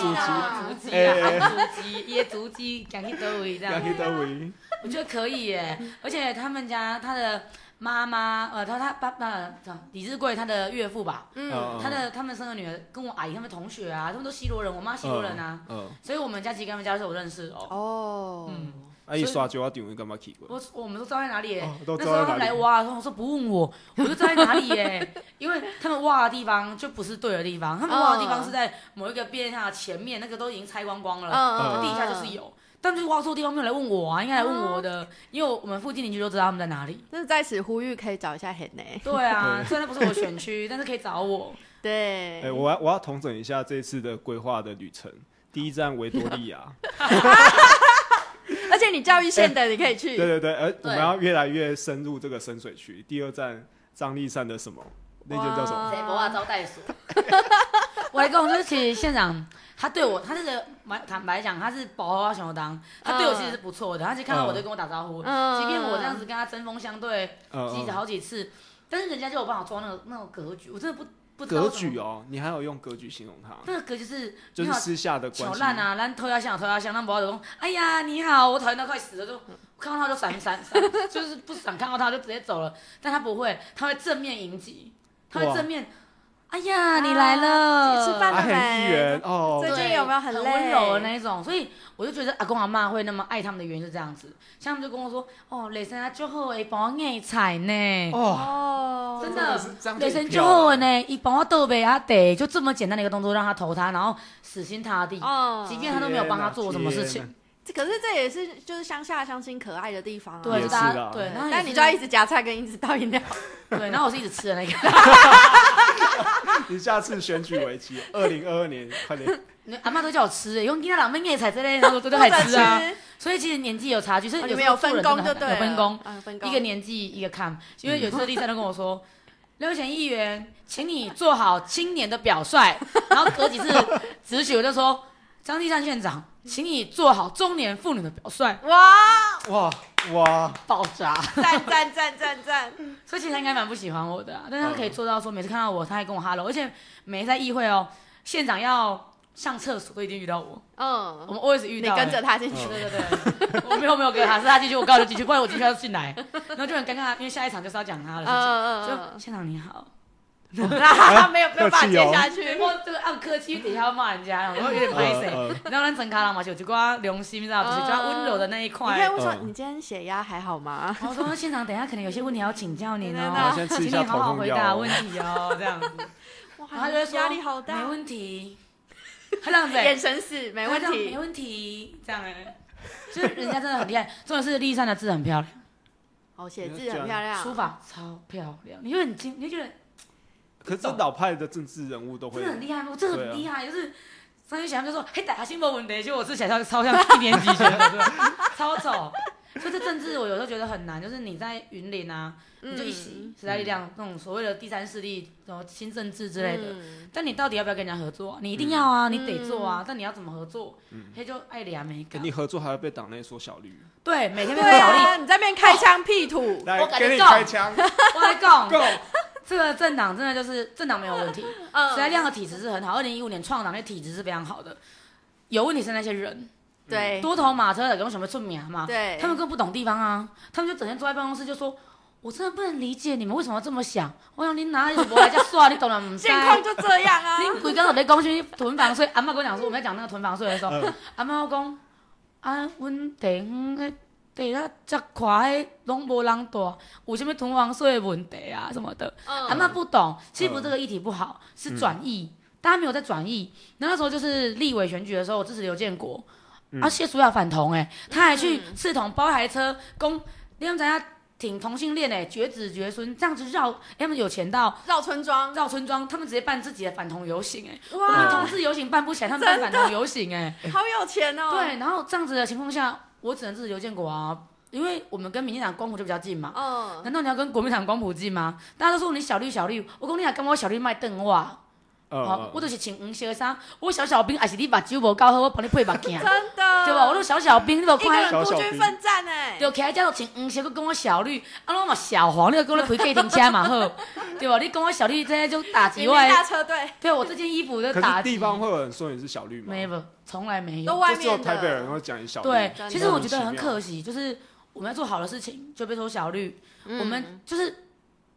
Speaker 1: 对对
Speaker 2: 主题
Speaker 3: 足
Speaker 2: 哎
Speaker 3: 迹啦，啊足迹，耶足迹，讲去德维这样
Speaker 2: 亚。黑德维，
Speaker 3: 我觉得可以耶，而且他们家他的妈妈，呃，他他爸爸呃李志贵他的岳父吧，
Speaker 1: 嗯，
Speaker 2: 嗯
Speaker 3: 他的他们三个女儿跟我阿姨他们同学啊，他们都西罗人，我妈西罗人啊，
Speaker 2: 嗯，
Speaker 3: 所以我们家其实跟他们家是有认识的哦。
Speaker 1: 哦，
Speaker 3: 嗯，
Speaker 2: 阿姨刷酒啊，点位干嘛去过？
Speaker 3: 我我们都知道在哪里耶
Speaker 2: 哦，都
Speaker 3: 那
Speaker 2: 知
Speaker 3: 时
Speaker 2: 道在
Speaker 3: 候
Speaker 2: 哪
Speaker 3: 他
Speaker 2: 里
Speaker 3: 们来挖的时候，我说不问我，我就知道在哪里耶，
Speaker 2: [LAUGHS]
Speaker 3: 因为他们挖的地方就不是对的地方，他们挖的地方是在某一个便利商店前面，那个都已经拆光光了，
Speaker 1: 嗯
Speaker 3: 地下就是，有。但就是挖错地方，没有来问我啊，应该来问我的，因为我们附近邻居都知道他们在哪里。
Speaker 1: 就是在此呼吁，可以找一下 h e n
Speaker 3: 对
Speaker 2: [LAUGHS]
Speaker 3: 啊，虽然不是我选区，但是可以找我。
Speaker 1: 对，
Speaker 2: 哎，我要我要统整一下这次的规划的旅程。第一站维多利
Speaker 3: [LAUGHS]
Speaker 2: 亚，
Speaker 1: 而且你教育线
Speaker 3: 哎
Speaker 1: 的你可以去，
Speaker 2: 对对对，而我们要越来越深入这个深水区。第二站张立善的什么？那间叫什么？
Speaker 1: 哇
Speaker 3: 博招待所。啊 [LAUGHS] 我来跟我说，其实县长他对我，他这个蛮坦白讲，他是保护小熊当，他对我其实是不错的。他其实看到我就跟我打招呼，
Speaker 1: 嗯
Speaker 3: 即便我这样子跟他针锋相对
Speaker 2: 嗯
Speaker 3: 几
Speaker 2: 嗯，
Speaker 3: 好几次，但是人家就有办法抓那个那种格局，我真的不不知道
Speaker 2: 格
Speaker 3: 怎么
Speaker 2: 局。哦，你还有用格局形容它，
Speaker 3: 那个格局是
Speaker 2: 就是
Speaker 3: 你好
Speaker 2: 私下的关
Speaker 3: 巧
Speaker 2: 系。
Speaker 3: 烂啊，咱偷家乡，偷家乡，咱不要讲。哎呀，你好，我讨厌到快死了，就看到他就闪闪闪，就是不想看到他就直接走了。但他不会，他会正面迎击，他会
Speaker 2: 哇
Speaker 3: 正面。哎呀，你来了，
Speaker 1: 吃饭
Speaker 2: 阿很哎议员哦
Speaker 1: 最，
Speaker 3: 对
Speaker 1: 近有没有很
Speaker 3: 很
Speaker 1: 累
Speaker 3: 温柔的那一种？所以我就觉得阿公阿妈会那么爱他们的原因是这样子。像他们就跟我说，哦，雷神啊，就好会帮我爱菜呢。
Speaker 2: 哦，
Speaker 1: 哦，
Speaker 3: 真
Speaker 2: 真的
Speaker 3: 的
Speaker 2: 是这样，就
Speaker 3: 雷
Speaker 2: 很
Speaker 3: 神就
Speaker 2: 漂
Speaker 3: 好
Speaker 2: 亮
Speaker 3: 呢，一帮我倒杯啊得，就这么简单的一个动作让他投他，然后死心塌地，
Speaker 1: 哦，
Speaker 3: 即便他都没有帮他做什么事
Speaker 2: 天哪
Speaker 3: 情，
Speaker 1: 这可是这也是就是乡下乡亲可爱的地方啊，
Speaker 3: 对，
Speaker 2: 也
Speaker 3: 就是大
Speaker 2: 啦
Speaker 3: 家对，然后也
Speaker 1: 但
Speaker 3: 是
Speaker 1: 你就要一直夹菜跟一直倒饮料，
Speaker 3: [LAUGHS] 对，然后我是一直吃的
Speaker 1: [LAUGHS]
Speaker 3: 那个，
Speaker 2: 你下次选举为期，二零二二年，快点。
Speaker 3: 阿妈都叫我吃、欸，用今天老妹妹菜之类，然后我都
Speaker 1: [LAUGHS]
Speaker 3: 还吃啊， [LAUGHS] 所以其实年纪有差距，所以
Speaker 1: 哦你
Speaker 3: 有
Speaker 1: 们
Speaker 3: 时候
Speaker 1: 有分
Speaker 3: 做人真
Speaker 1: 工
Speaker 3: 的
Speaker 1: 就
Speaker 3: 很
Speaker 1: 对了，
Speaker 3: 有分工，
Speaker 1: 嗯，分工
Speaker 3: 一个年纪一个看，因为
Speaker 1: [LAUGHS]
Speaker 3: 有次立三都跟我说。刘选议员，请你做好青年的表率。然后隔几次咨询，我就说张立善县长，请你做好中年妇女的表率。
Speaker 1: 哇，
Speaker 2: 哇哇，
Speaker 3: 爆炸！
Speaker 1: 赞赞赞赞赞，
Speaker 3: 所以其实他应该蛮不喜欢我的啊、但是他
Speaker 1: 嗯
Speaker 3: 可以做到说，每次看到我，他还跟我哈喽，而且每次在议会哦，县长要上厕所都一定遇到我，我
Speaker 1: 嗯，
Speaker 3: 们 always 遇
Speaker 1: 你
Speaker 3: 到、
Speaker 1: 跟着
Speaker 3: 欸
Speaker 1: 他进去，
Speaker 3: 对对对，我没有没有跟他，是他进去，我刚好就进去，不然我进去他就进 [LAUGHS] 来，然后就很尴尬，因为下一场就是要讲他
Speaker 1: 嗯
Speaker 3: 了，
Speaker 1: 嗯
Speaker 3: 就县长你 [LAUGHS] 好，
Speaker 1: 嗯，没有没有办法
Speaker 2: 客气哦
Speaker 1: 接下
Speaker 3: 然
Speaker 1: 去，
Speaker 3: 后这个按客气，等一下要骂人家，然后有点 [LAUGHS] 拍谁，
Speaker 2: [LAUGHS] 呃呃
Speaker 3: 你知道咱陈卡郎嘛，就有一挂良心，你知道，就是抓温柔的那一
Speaker 1: 你可以
Speaker 3: 块。
Speaker 1: 问说
Speaker 2: 嗯
Speaker 1: 你今天血压还好吗？
Speaker 3: 然后说县长，等一下可能有些问题要请教
Speaker 2: [LAUGHS]
Speaker 3: 您
Speaker 1: 真
Speaker 2: 我
Speaker 1: 的
Speaker 3: 哦，
Speaker 2: 先吃一
Speaker 3: 请你
Speaker 2: 下头
Speaker 3: 好好
Speaker 2: 痛
Speaker 3: 回
Speaker 2: 药
Speaker 3: 答
Speaker 2: 哦
Speaker 3: 问。题哦，这样子。
Speaker 1: 哇，
Speaker 3: [LAUGHS] 然后他就会说
Speaker 1: 压力好大
Speaker 3: 没，问题，他这样子 [LAUGHS] 欸、
Speaker 1: 眼神死，没问
Speaker 3: 他这样
Speaker 1: 题
Speaker 3: 没，问题，这样哎、 [LAUGHS] 就是人家真的很厉害，重点是丽珊的字很漂亮，
Speaker 1: 哦，写字很漂
Speaker 2: 啊
Speaker 1: 亮，
Speaker 3: 书法超漂亮，你就很惊，你就觉得
Speaker 2: 可是这老派的政治人物都
Speaker 3: 真
Speaker 2: 会
Speaker 3: 的，很厉害吗？这个
Speaker 2: 对啊
Speaker 3: 很厉害，就是
Speaker 2: [LAUGHS] 啊
Speaker 3: 张学祥就说，嘿，打下新闻文的，结果我字写超超像一年级学的，超丑。所以这政治我有时候觉得很难，就是你在云林啊，
Speaker 2: 嗯
Speaker 1: 嗯
Speaker 3: 你就一起时代力量那种所谓的第三势力，什么新政治之类
Speaker 2: 嗯
Speaker 3: 的，
Speaker 1: 嗯
Speaker 3: 但你到底要不要跟人家合作啊？你一定要啊，你得做啊，但你要怎么合作？他就爱俩没搞
Speaker 2: 嗯肯，定合作还要被党内说小绿，
Speaker 3: 对，每天被
Speaker 1: 对
Speaker 3: 小力，哦
Speaker 1: 啊，你在那边开枪辟土，
Speaker 2: 来
Speaker 3: 我感觉
Speaker 2: 给你
Speaker 3: 中
Speaker 2: 开
Speaker 3: [LAUGHS]
Speaker 2: 枪
Speaker 3: 我来讲，
Speaker 2: ，Go！
Speaker 3: 这个政党真的就是政党没有问题，
Speaker 1: [LAUGHS] 嗯
Speaker 3: 时代力量的体制是很好，二零一五年创党那体制是非常好的，有问题是那些人，
Speaker 1: 对
Speaker 3: 多头马车的跟什么出名啊嘛，
Speaker 1: 对，
Speaker 3: 他们更不懂地方啊，他们就整天坐在办公室就说。我真的不能理解你们为什么要这么想。我想你哪有我来这算，你懂了吗？
Speaker 1: 现况就这样
Speaker 3: [LAUGHS]
Speaker 1: 啊，
Speaker 3: 你鬼刚好在讲去囤房税，阿妈跟我讲说我们在讲那个囤房税的时候，
Speaker 2: 嗯
Speaker 3: 阿妈讲啊，阮地方迄地啦，遮宽迄拢无人住，有啥物囤房税的问题啊什么的，阿
Speaker 1: 嗯
Speaker 3: 妈不懂，其实不是这个议题不好，是转译，大家没有在转译。那那时候就是立委选举的时候，我支持刘建国，
Speaker 1: 嗯
Speaker 3: 啊，谢淑雅反同哎、他还去刺桐包台车，公你们知影挺同性恋哎、绝子绝孙，这样子绕，哎他们有钱到
Speaker 1: 绕村庄，
Speaker 3: 绕村庄，他们直接办自己的反同游行哎、我们同
Speaker 1: 哇，
Speaker 3: 志游行办不起来，他们办反同游行哎、
Speaker 1: 好有钱哦，
Speaker 3: 对，然后这样子的情况下，我只能支持刘建国啊，因为我们跟民进党光谱就比较近嘛。
Speaker 1: 嗯，
Speaker 3: 难道你要跟国民党光谱近吗？大家都说你小绿小绿，我讲你还跟我小绿卖凳哇， [LAUGHS] 好、
Speaker 2: 呃
Speaker 3: 我就是穿黄色衫，我小小兵还是你目睭无够好，我帮你配目镜，
Speaker 1: [LAUGHS] 真的，
Speaker 3: 对吧？我都小小兵，你无
Speaker 1: 一个
Speaker 3: 看
Speaker 1: 人
Speaker 3: 那，
Speaker 1: 孤
Speaker 2: 小小
Speaker 1: 军
Speaker 2: 兵
Speaker 1: 奋战哎，
Speaker 3: 就徛在遮就穿黄色，佮跟我小绿，啊，我嘛小黄，你就跟我开计程车嘛好，对吧？你跟我小绿这就打击
Speaker 1: 你
Speaker 3: 我
Speaker 1: 们
Speaker 3: 的，
Speaker 1: 大车队
Speaker 3: 对我这件衣服的
Speaker 2: 可
Speaker 3: 打
Speaker 2: 是
Speaker 3: 击
Speaker 2: 地。方会有人说你是小绿吗？
Speaker 3: 没有，从来没有
Speaker 1: 都。外
Speaker 2: 就只有
Speaker 1: 面
Speaker 2: 台北人
Speaker 1: 的，
Speaker 2: 会讲你小绿。
Speaker 3: 对
Speaker 1: 真，的
Speaker 3: 其实我觉得很可惜，就是我们要做好的事情就被说小绿，
Speaker 1: 嗯
Speaker 3: 我们就是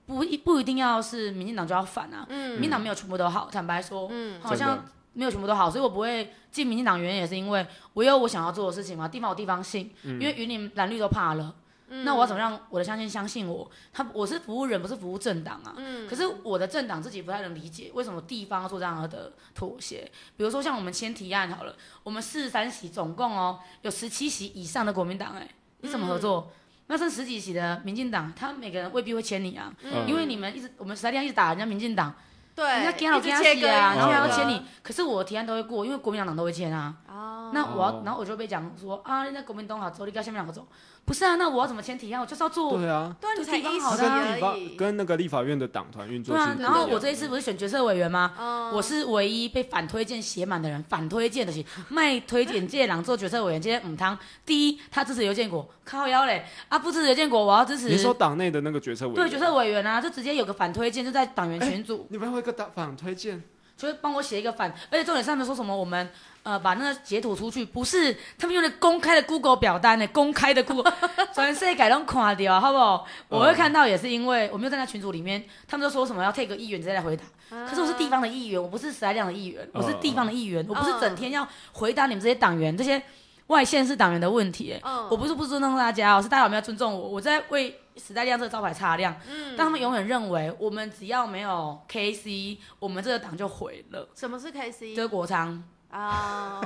Speaker 3: 不一不一定要是民进党就要反啊，民进党没有全部都好，坦白说，
Speaker 1: 嗯
Speaker 3: 好
Speaker 2: 真
Speaker 3: 像
Speaker 2: 的
Speaker 3: 没有全部都好，所以我不会进民进党，原因也是因为我有我想要做的事情嘛，地方有地方性，
Speaker 2: 嗯
Speaker 3: 因为云林蓝绿都怕了。
Speaker 1: 嗯
Speaker 3: 那我要怎么让我的乡亲相信我？他我是服务人，不是服务政党啊。
Speaker 1: 嗯
Speaker 3: 可是我的政党自己不太能理解，为什么地方要做这样的妥协？比如说像我们签提案好了，我们四十三席总共哦有十七席以上的国民党，哎，你怎么合作？那剩十几席的民进党，他每个人未必会签你啊，
Speaker 2: 嗯
Speaker 3: 因为你们一直我们实在量一直打人家民进党，
Speaker 1: 对，
Speaker 3: 人家
Speaker 1: 一
Speaker 3: 给了
Speaker 1: 直
Speaker 3: 给他
Speaker 1: 切
Speaker 3: 洗
Speaker 1: 割
Speaker 3: 啊，
Speaker 1: 一直
Speaker 3: 然后还要
Speaker 1: 割
Speaker 3: 签你，可是我的提案都会过，因为国民党党都会签啊。
Speaker 1: 哦，
Speaker 3: 那我
Speaker 2: 哦
Speaker 3: 要，然后我就被讲说啊，人家国民党好走，你跟下面两个走，不是啊？那我要怎么签提案？我就是要做
Speaker 2: 对啊，
Speaker 1: 对啊，你才
Speaker 3: 地方
Speaker 1: 一
Speaker 3: 好
Speaker 2: 他
Speaker 1: 十
Speaker 3: 的啊
Speaker 2: 跟立
Speaker 1: 而
Speaker 2: 法
Speaker 1: 已，嗯
Speaker 2: 跟那个立法院的党团运作
Speaker 3: 对
Speaker 2: 是
Speaker 3: 啊
Speaker 2: 不。一
Speaker 3: 然后
Speaker 2: 样
Speaker 3: 我这一次不是选角色委员吗？
Speaker 1: 嗯
Speaker 3: 我是唯一被反推荐写满的人，反推荐的是卖推荐界郎做角色委员，今天母嗯汤。第一，他支持刘建国，靠腰嘞啊！不支持刘建国，我要支持
Speaker 2: 你说党内的那个决策委员，
Speaker 3: 对角色委员啊，就直接有个反推荐，就在党员
Speaker 2: 哎
Speaker 3: 群组。
Speaker 2: 你们会有一个党反推荐，
Speaker 3: 就会帮我写一个反，而且重点是他们说什么，我们呃把那个截图出去，不是他们用的公开的 Google 表单呢，公开的 Google，全 [LAUGHS] 世界都看掉，好不好？我会看到也是因为我没有在那群组里面，他们都说什么要 take 议员再来回答，
Speaker 1: 啊
Speaker 3: 可是我是地方的议员，我不是时代量的议员，我是地方的议员，我不是整天要回答你们这些党员这些外县市党员的问题、欸
Speaker 1: 嗯
Speaker 3: 我不是不尊重大家哦，是大家有没有尊重我？我在为时代力量这个招牌擦亮。
Speaker 1: 嗯
Speaker 3: 但他们永远认为我们只要没有 KC，我们这个党就毁了。
Speaker 1: 什么是 KC
Speaker 3: 就是国昌，
Speaker 1: 啊？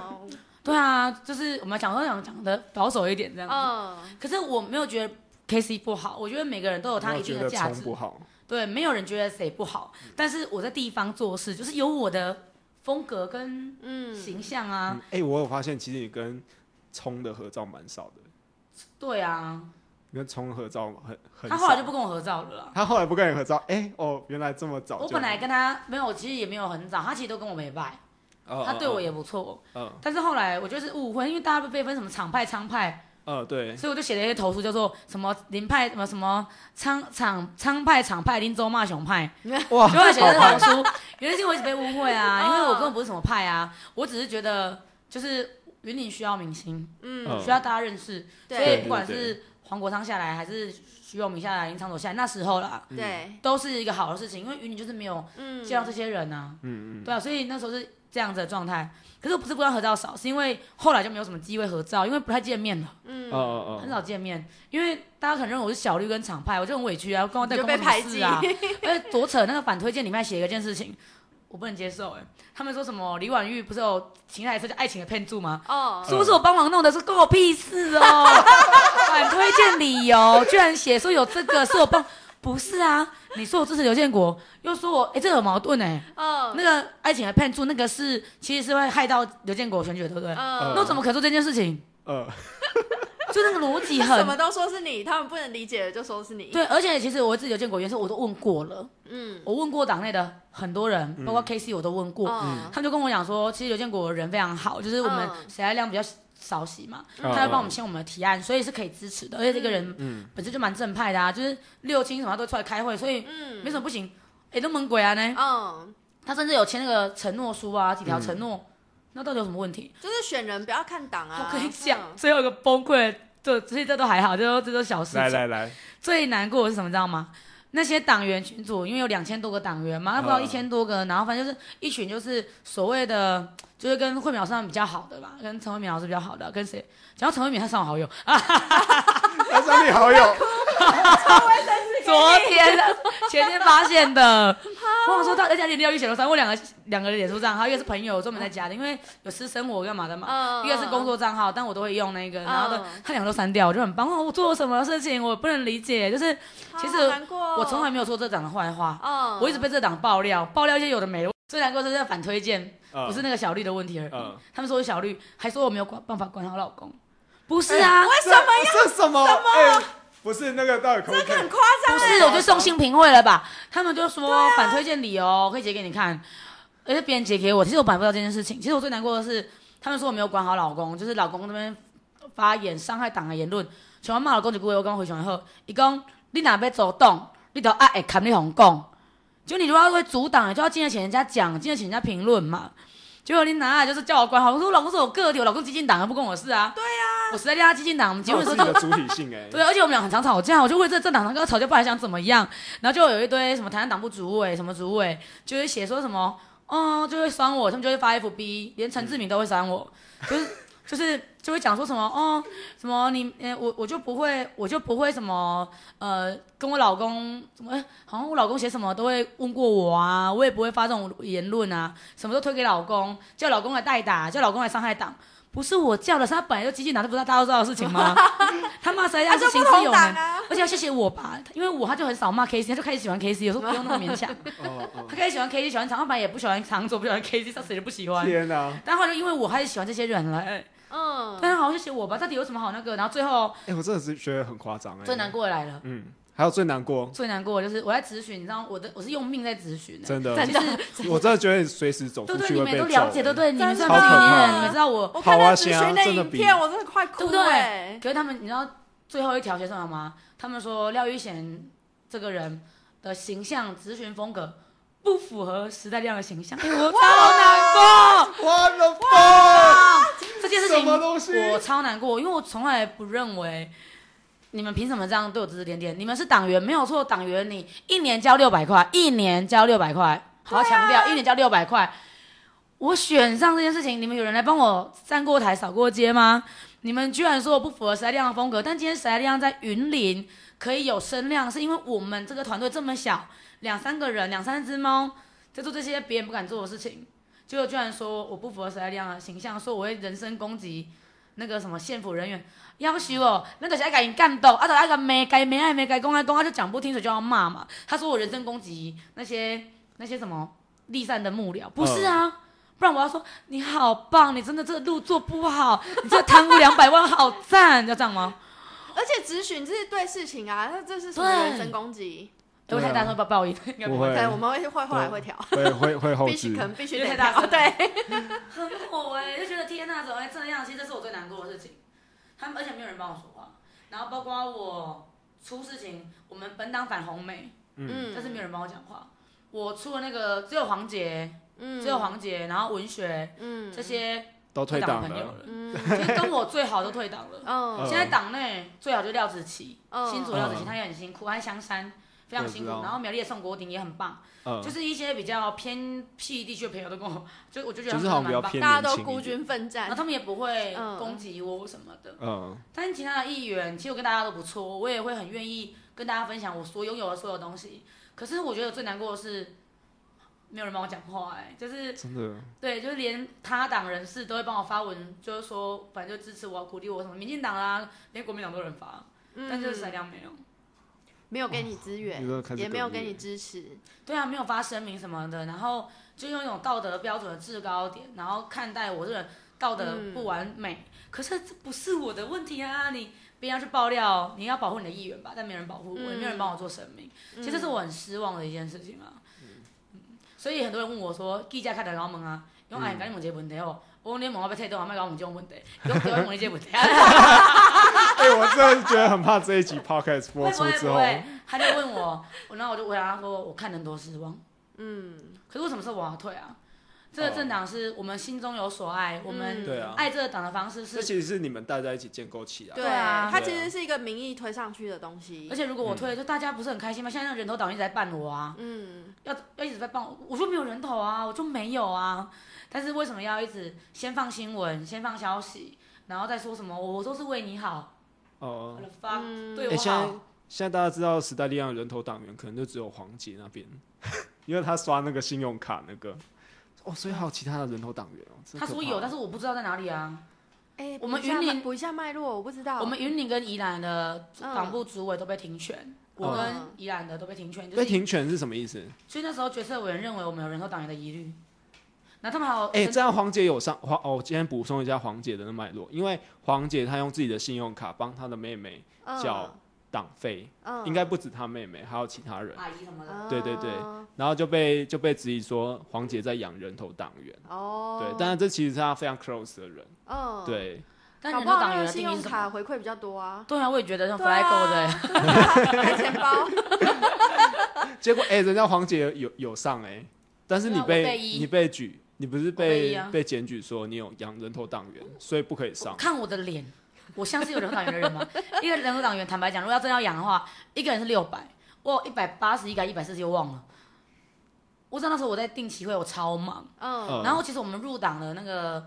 Speaker 3: 对啊，就是我们讲都想讲的保守一点这样子。
Speaker 1: 嗯，
Speaker 3: 可是我没有觉得 KC 不好，我觉得每个人都有哦他
Speaker 2: 我
Speaker 3: 一
Speaker 2: 觉
Speaker 3: 定
Speaker 2: 得
Speaker 3: 的价
Speaker 2: 冲
Speaker 3: 值。
Speaker 2: 不嗯好。
Speaker 3: 对，没有人觉得谁不好，但是我在地方做事，就是有我的风格跟
Speaker 1: 嗯
Speaker 3: 形象啊。
Speaker 2: 嗯哎，我有发现，其实你跟冲的合照蛮少的，
Speaker 3: 对啊，
Speaker 2: 你跟冲的合照很很。
Speaker 3: 他后来就不，跟我合照了啦。
Speaker 2: 他后来不跟你合照，哎，哦，原来这么早就。
Speaker 3: 我本来跟他没有，我其实也没有很早，他其实都跟我没拜，
Speaker 2: 哦，
Speaker 3: 他对我
Speaker 2: 也，
Speaker 3: 也不错。
Speaker 2: 嗯
Speaker 3: 但是后来我就是误会，因为大家被分什么厂派、仓派，
Speaker 2: 呃，对，
Speaker 3: 所以我就写了一些投诉，叫做什么林派、什么什么仓厂仓派、厂派、林州骂熊派，
Speaker 2: 哇，
Speaker 3: 就会写这
Speaker 2: 哦好
Speaker 3: 种书。原来是我一直被误会啊，因为我
Speaker 1: 哦
Speaker 3: 根本不是什么派啊，我只是觉得就是云林需要明星，
Speaker 2: 嗯
Speaker 3: 需要大家认识，
Speaker 1: 对
Speaker 3: 所以不管
Speaker 2: 对对
Speaker 3: 是黄国昌下来还是徐永明下来、林长佐下来，那时候啦，
Speaker 1: 对，
Speaker 3: 都是一个好的事情，因为云林就是没有
Speaker 1: 嗯，
Speaker 3: 见到这些人啊。
Speaker 2: 嗯嗯，
Speaker 3: 对啊，所以那时候是这样子的状态。可是我不是不让合照少，是因为后来就没有什么机会合照，因为不太见面了，
Speaker 2: 嗯嗯嗯，
Speaker 3: 很少见面。因为大家可能认为我是小绿跟厂派，我就很委屈啊，我跟我在
Speaker 1: 你就
Speaker 3: 公司
Speaker 1: 被排挤 [LAUGHS]
Speaker 3: 啊。而且多扯，那个反推荐里面还写了一件事情，我不能接受哎、他们说什么李婉玉不是有情台车叫《爱情的骗注》吗？
Speaker 1: 哦，
Speaker 3: 是不是我帮忙弄的？是关我屁事哦！ [LAUGHS] 反推荐理由居然写说有这个是我帮，不是啊？你说我支持刘建国，又说我哎、这有矛盾哎、
Speaker 1: 哦，
Speaker 3: 那个爱情的骗注，那个是其实是会害到刘建国选举的，对不对？哦
Speaker 1: 嗯
Speaker 3: 那我怎么可以做这件事情？
Speaker 2: 呃，
Speaker 3: 就那个逻辑
Speaker 1: 什
Speaker 3: 很
Speaker 1: 么都说是你，他们不能理解的就说是你。
Speaker 3: 对，而且其实我自己有见过，原是我都问过了，
Speaker 1: 嗯，
Speaker 3: 我问过党内的很多人，包括 K C 我都问过，
Speaker 1: 嗯，
Speaker 3: 他们就跟我讲说，其实刘建国人非常好，就是我们
Speaker 1: 嗯
Speaker 3: 谁来量比较少洗嘛，
Speaker 2: 嗯
Speaker 3: 他会帮我们签我们的提案，所以是可以支持的。而且这个
Speaker 2: 嗯
Speaker 3: 人本身就蛮正派的啊，就是六亲什么他都会出来开会，所以
Speaker 1: 嗯
Speaker 3: 没什么不行。哎，都猛鬼啊呢，
Speaker 1: 嗯，
Speaker 3: 他甚至有签那个承诺书啊，
Speaker 2: 嗯
Speaker 3: 几条承诺，那到底有什么问 [LAUGHS] 题？
Speaker 1: 就是选人不要看党
Speaker 3: 我
Speaker 1: 啊。
Speaker 3: 跟你讲，
Speaker 1: 嗯
Speaker 3: 最后一个崩溃的，这这这都还好，这都这都小事
Speaker 2: 来
Speaker 3: 情。
Speaker 2: 来来，
Speaker 3: 最难过的是什么，你知道吗？那些党员群组，因为有两千多个党员嘛，那不到
Speaker 2: 嗯
Speaker 3: 一千多个，然后反正就是一群就是所谓的，就是跟慧淼上比较好的吧，跟陈慧淼老师比较好的，跟谁？讲到陈慧敏，她上我好友，
Speaker 2: [LAUGHS]
Speaker 3: [LAUGHS]
Speaker 2: 他是你好友，
Speaker 1: 嗯
Speaker 3: [LAUGHS] 昨天啊
Speaker 1: [LAUGHS]
Speaker 3: 前天发现的。我想说到，而且连廖玉写了三，我两个两个脸书账号，一个是朋友专门在加的，因为有私生活干嘛的嘛，
Speaker 1: 嗯
Speaker 3: 一个是工作账号，但我都会用那个，然后都
Speaker 1: 嗯
Speaker 3: 他两个都删掉，我就很棒。哦我做了什么事情？我不能理解，就是其实
Speaker 1: 好难过哦
Speaker 3: 我从来没有说这党的坏话，
Speaker 1: 嗯，
Speaker 3: 我一直被这党爆料，爆料一些有的没的。最难过是在反推荐，
Speaker 2: 嗯
Speaker 3: 不是那个小绿的问题而已。
Speaker 2: 嗯
Speaker 3: 他们说我小绿，还说我没有管办法管好老公，不
Speaker 2: 哎
Speaker 3: 是啊，
Speaker 2: 什么呀？这什么？哎，不是那个到底可不
Speaker 1: 这个
Speaker 2: 可
Speaker 1: 很
Speaker 2: 以？
Speaker 1: 夸张
Speaker 3: 不
Speaker 1: 欸。
Speaker 3: 是，我就送性平会了吧？他们就说反推荐理由，可以截给你看，而且别人截给我，其实我办不到这件事情。其实我最难过的是，他们说我没有管好老公，就是老公那边发言伤害党的言论，全部骂老公一句话，我讲回想后，伊讲你哪要走动，你都爱会砍你红讲。就你如果要会阻挡，你就要进来请人家讲，进来请人家评论嘛。结果你哪就是叫我管好，我说我老公是我个体，我老公激进党又不关我事啊。对啊，我实在叫他激进党，我们结婚的时候
Speaker 2: 这有自己的主体性哎，
Speaker 3: [LAUGHS] 对，而且我们俩很常吵架，我就为这政党跟他吵架，不然想怎么样？然后就有一堆什么台湾党部主委、什么主委，就会写说什么，哦，就会酸我，他们就会发 FB，连陈志明都会酸我，就是就是就会讲说什么，哦，什么你，呃，我我就不会，我就不会什么，呃，跟我老公什么，哎，好像我老公写什么都会问过我啊，我也不会发这种言论啊，什么都推给老公，叫老公来代打，叫老公来伤害党。不是我叫的，是他本来就激进党，这不是大家都知道的事情
Speaker 1: [LAUGHS]
Speaker 3: 吗？他骂谁
Speaker 1: 他
Speaker 3: 家
Speaker 1: 就是不
Speaker 3: 行之
Speaker 1: 同
Speaker 3: 有
Speaker 1: 党
Speaker 3: 年，
Speaker 1: 啊。
Speaker 3: 而且要谢谢我吧，因为我他就很少骂 K C，他就开始喜欢 K C，有时候不用那么勉
Speaker 1: [LAUGHS]
Speaker 3: 强。
Speaker 2: 哦哦
Speaker 3: 他开始喜欢 K C，喜欢长头发，也不喜欢长左，不喜欢 K C，他谁都不喜欢。
Speaker 2: 天哪！
Speaker 3: 但后来就因为我开始喜欢这些人了，哎、
Speaker 1: 嗯，
Speaker 3: 但是好谢谢我吧，到底有什么好那个？然后最后
Speaker 2: 哎，我真的是觉得很夸张哎，
Speaker 3: 最难。过的来了，
Speaker 2: 嗯，还有最难过，
Speaker 3: 最难过的就是我在咨询，你知道我的我是用命在咨询、的，
Speaker 2: 真的，
Speaker 3: 就是
Speaker 2: 我真的觉得你随时走
Speaker 3: 对
Speaker 2: 出
Speaker 3: 对，
Speaker 2: 去
Speaker 3: 你
Speaker 2: 会
Speaker 3: 们
Speaker 2: 被
Speaker 3: 也
Speaker 2: 揍
Speaker 3: 都了解，
Speaker 2: 哎
Speaker 3: 对对，你们知道
Speaker 1: 超
Speaker 3: 经
Speaker 1: 可怕
Speaker 3: 验，你们知道我
Speaker 1: 我看
Speaker 2: 好
Speaker 1: 到
Speaker 2: 啊
Speaker 1: 咨
Speaker 2: 行啊
Speaker 1: 询的
Speaker 2: 真的
Speaker 1: 影
Speaker 2: 比
Speaker 1: 片，我真的快
Speaker 3: 对
Speaker 1: 哭
Speaker 3: 不对
Speaker 1: 欸？
Speaker 3: 可是他们，你知道最后一条写什么吗？他们说廖玉贤这个人的形象、咨询风格不符合时代力量的形象。哎、我超难过，
Speaker 2: What the fuck！
Speaker 3: 这件事
Speaker 2: 什么东西
Speaker 3: 情我超难过，因为我从来不认为你们凭什么这样对我指指点点？你们是党员没有错，党员你一年交六百块，一年交六百块，好好强
Speaker 2: 啊
Speaker 3: 调，一年交六百块。我选上这件事情，你们有人来帮我站过台、扫过街吗？你们居然说我不符合时代力量的风格，但今天时代力量在云林可以有声量，是因为我们这个团队这么小，两三个人、两三只猫在做这些别人不敢做的事情，结果居然说我不符合时代力量的形象，说我会人身攻击那个什么县府人员，要求哦，那就是爱甲人干斗，啊，就爱甲骂，该骂爱骂，该讲爱讲，他就讲不听，所以就要骂嘛。他说我人身攻击那些那些什么立善的幕僚，不是啊。
Speaker 2: 嗯
Speaker 3: 不然我要说你好棒，你真的这个路做不好，你这贪污两百万好赞，要这样吗？
Speaker 1: 而且咨询这是对事情啊，那这是什么
Speaker 3: 对
Speaker 1: 人身攻击？
Speaker 3: 哎我
Speaker 2: 对啊
Speaker 3: 太大声爆爆音，应该不会
Speaker 2: 对
Speaker 1: 对，我们会会后来会调，
Speaker 2: 会会会后
Speaker 1: 必须
Speaker 2: 置
Speaker 1: 可，能必须
Speaker 3: 因为
Speaker 1: 得
Speaker 3: 太大
Speaker 1: 调。
Speaker 3: 声
Speaker 1: 对，
Speaker 3: 很火哎、 [LAUGHS] 就觉得天呐，怎么会这样？其实这是我最难过的事情。他们而且没有人帮我说话，然后包括我出事情，我们本党反红梅，
Speaker 2: 嗯，
Speaker 3: 但是没有人帮我讲话。我出了那个只有黄杰，
Speaker 1: 嗯
Speaker 3: 只有黄杰，然后文学
Speaker 1: 嗯
Speaker 3: 这些
Speaker 2: 都退
Speaker 3: 党
Speaker 2: 档
Speaker 3: 的朋友
Speaker 2: 了，
Speaker 3: 了，
Speaker 1: 嗯
Speaker 3: 其实跟我最好都退党了。
Speaker 1: 嗯
Speaker 2: [LAUGHS] 嗯
Speaker 3: 现在党内最好就是廖子琪，
Speaker 1: 嗯
Speaker 3: 新竹廖子琪，
Speaker 2: 嗯
Speaker 3: 他也很辛苦，他在香山非常辛苦
Speaker 2: 我知，道
Speaker 3: 然后苗栗的宋国鼎也很棒，
Speaker 2: 嗯
Speaker 3: 就，是一些比较偏僻地区的朋友都跟我，就我就觉
Speaker 2: 就
Speaker 3: 得他
Speaker 2: 是
Speaker 3: 们
Speaker 2: 好像比
Speaker 3: 蛮
Speaker 2: 较
Speaker 3: 棒的。
Speaker 2: 偏
Speaker 1: 大家
Speaker 2: 年
Speaker 1: 都
Speaker 2: 轻
Speaker 1: 孤
Speaker 2: 一点，
Speaker 1: 军奋
Speaker 3: 然后
Speaker 1: 战。
Speaker 3: 他们也不会
Speaker 1: 嗯
Speaker 3: 攻击我什么的。
Speaker 2: 嗯，
Speaker 3: 但是其他的议员，其实我跟大家都不错，我也会很愿意跟大家分享我所拥有的所有东西。可是我觉得最难过的是，没有人帮我讲话、哎，就是
Speaker 2: 真的，
Speaker 3: 对，就是连他党人士都会帮我发文，就是说反正就支持我、鼓励我什么，民进党啦，连国民党都有人发，但就是
Speaker 1: 嗯，
Speaker 3: 闪亮没有。
Speaker 1: 没有给你资源
Speaker 2: 你都哦开，始
Speaker 1: 也没有
Speaker 2: 哽咽
Speaker 1: 给你支持。
Speaker 3: 对啊，没有发声明什么的，然后就用一种道德标准的制高点，然后看待我这人。道德
Speaker 2: 嗯
Speaker 3: 不完美，可是这不是我的问题啊！你别人要去爆料哦，你要保护你的意愿吧，但没人保护我，也没有人帮我
Speaker 2: 嗯
Speaker 3: 做声明，其实这是我很失望的一件事情啊。嗯所以很多人问我说，记者较大我问啊，用哎，甲你问一个问题哦，我讲你问我要退倒，莫甲我问这种问题，伊讲对我问你这
Speaker 2: [LAUGHS]
Speaker 3: 个问题啊。
Speaker 2: 哎，我真的觉得很怕这一集 podcast 播
Speaker 3: 会不
Speaker 2: 出
Speaker 3: 会
Speaker 2: 之
Speaker 3: 不
Speaker 2: 后，
Speaker 3: 会， [LAUGHS] 他就问我，我然后我就回答他说，我看人多失望。嗯，可是为什么是我要退啊？这个
Speaker 2: 哦
Speaker 3: 政党是我们心中有所爱，我
Speaker 1: 嗯
Speaker 3: 们
Speaker 2: 对啊，
Speaker 3: 爱这个党的方式
Speaker 2: 这
Speaker 3: 是，
Speaker 2: 其实是你们大家一起建构起来的。
Speaker 1: 对
Speaker 3: 对啊
Speaker 1: 它其实是一个民意推上去的东西
Speaker 3: 而。且如果我退，
Speaker 2: 嗯
Speaker 3: 就大家不是很开心吗？现在那个人头党一直在办我啊，
Speaker 1: 嗯，
Speaker 3: 要要一直在办我，我就没有人头啊，我就没有啊。但是为什么要一直先放新闻，先放消息，然后再说什么我都是为你好，
Speaker 2: 哦
Speaker 3: 我，的 fuck，、对
Speaker 1: 嗯
Speaker 3: 啊
Speaker 2: 哎，
Speaker 3: 我
Speaker 2: 现在
Speaker 3: 好。
Speaker 2: 现在大家知道时代力量的人头党员可能就只有黄杰那边， [LAUGHS] 因为他刷那个信用卡那个。哦，所以还有其他的人头党员哦。
Speaker 3: 他说有，但
Speaker 2: 是
Speaker 3: 是我不知道在哪里啊。
Speaker 1: 哎，
Speaker 3: 我们
Speaker 1: 补一下
Speaker 3: 云林
Speaker 1: 脉补一下脉络，我不知道。
Speaker 3: 我们云林跟宜兰的
Speaker 1: 嗯
Speaker 3: 党部主委都被停权，
Speaker 2: 哦
Speaker 3: 我跟宜兰的都被停权，就
Speaker 2: 被
Speaker 3: 是
Speaker 2: 哎停权是什么意思？
Speaker 3: 所以那时候决策委员认为我们有人头党员的疑虑，那他们还有
Speaker 2: 哎、
Speaker 3: 申
Speaker 2: 这样黄姐有上黄哦，我今天补充一下黄姐的那脉络，因为黄姐她用自己的信用卡帮她的妹妹
Speaker 1: 嗯
Speaker 2: 叫党费，
Speaker 1: 嗯
Speaker 2: 应该不止她妹妹，还有其他人，
Speaker 3: 阿姨什么的，
Speaker 2: 对对对
Speaker 1: 嗯
Speaker 2: 然后就被就被质疑说黄姐在养人头党员，
Speaker 1: 哦，
Speaker 2: 对，但是这其实是她非常 close 的人，
Speaker 1: 嗯，
Speaker 2: 对，
Speaker 3: 但
Speaker 1: 搞
Speaker 3: 人
Speaker 1: 不
Speaker 3: 头
Speaker 1: 好
Speaker 3: 党
Speaker 1: 那个
Speaker 3: 员的
Speaker 1: 信
Speaker 3: 定义
Speaker 1: 用
Speaker 3: 是什么？
Speaker 1: 卡回馈比较多啊，
Speaker 3: 对啊，我也觉得像 f
Speaker 1: 对
Speaker 3: l y
Speaker 1: 啊
Speaker 3: g o 的、 [LAUGHS] 欸，
Speaker 1: 开钱包， [LAUGHS]
Speaker 3: 嗯
Speaker 2: 结果哎、人家黄姐有有上哎、但是
Speaker 3: 对
Speaker 2: 你
Speaker 3: 啊我被一
Speaker 2: 你被举，你不是
Speaker 3: 我被一
Speaker 2: 被
Speaker 3: 啊
Speaker 2: 被检举说你有养人头党员，所以不可以上，
Speaker 3: 看我的脸，我像是有人头党员的人吗？ [LAUGHS] 一个人头党员，坦白讲，如果要真要养的话，一个人是六百，我一百八十一个一百四十又忘了。我知道那时候我在定期会，我超忙，
Speaker 1: 嗯
Speaker 2: 嗯
Speaker 3: 然后其实我们入党的那个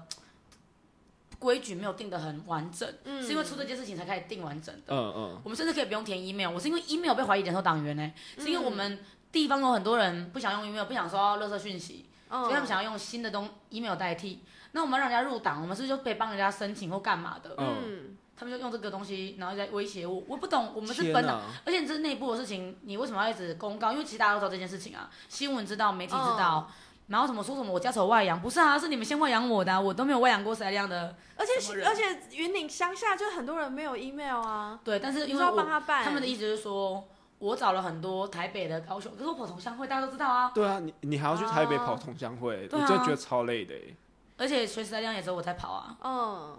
Speaker 3: 规矩没有定得很完整，
Speaker 1: 嗯，
Speaker 3: 是因为出这件事情才开始定完整的。
Speaker 2: 嗯嗯，
Speaker 3: 我们甚至可以不用填 email，我是因为 email 被怀疑人头党员呢、
Speaker 1: 嗯
Speaker 3: 是因为我们地方有很多人不想用 email，不想收到垃圾讯息，
Speaker 1: 嗯，
Speaker 3: 所以他们想要用新的东 email 代替。那我们要让人家入党，我们是不是就可以帮人家申请或干嘛的？
Speaker 1: 嗯
Speaker 3: 他们就用这个东西，然后在威胁我，我不懂，我
Speaker 2: 我
Speaker 3: 们是本党。而且这是内部的事情，你为什么要一直公告？因为其实大家都知道这件事情啊，新闻知道，媒体知道，
Speaker 1: 嗯
Speaker 3: 然后什么说什么我家丑外扬，不是啊，是你们先外扬我的啊、我都没有外扬过谁那样的。
Speaker 1: 而
Speaker 3: 什么
Speaker 1: 且
Speaker 3: 人
Speaker 1: 而且云岭乡下就很多人没有 email 啊，
Speaker 3: 对，但是
Speaker 1: 你
Speaker 3: 因
Speaker 1: 说
Speaker 3: 为
Speaker 1: 要帮
Speaker 3: 我
Speaker 1: 他办，
Speaker 3: 他们的意思就是说，我找了很多台北的、高雄，可是我跑同乡会，大家都知道啊，
Speaker 2: 对啊，你你还要去台北
Speaker 1: 啊
Speaker 2: 跑同乡会，
Speaker 3: 对
Speaker 2: 你就
Speaker 3: 啊
Speaker 2: 觉得超累的欸。
Speaker 3: 而且随时在量也只有我在跑啊，
Speaker 1: 嗯，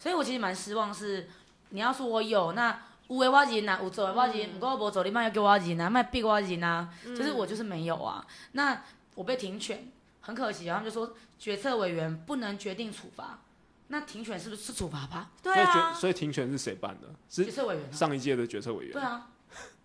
Speaker 3: 所以我其实蛮失望是，你要说我有那。有的我人啊，有做的我人，不过我无做，你莫要叫我人啊，莫逼我人啊。
Speaker 1: 嗯
Speaker 3: 就是我就是没有啊。那我被停权，很可惜啊。他们就说决策委员不能决定处罚，那停权是不是是处罚吧？
Speaker 1: 对
Speaker 2: 所以决
Speaker 1: 啊，
Speaker 2: 所以停权是谁办的？
Speaker 3: 决
Speaker 2: 是
Speaker 3: 策委员、啊，
Speaker 2: 上一届的决策委员。[LAUGHS]
Speaker 3: 对啊，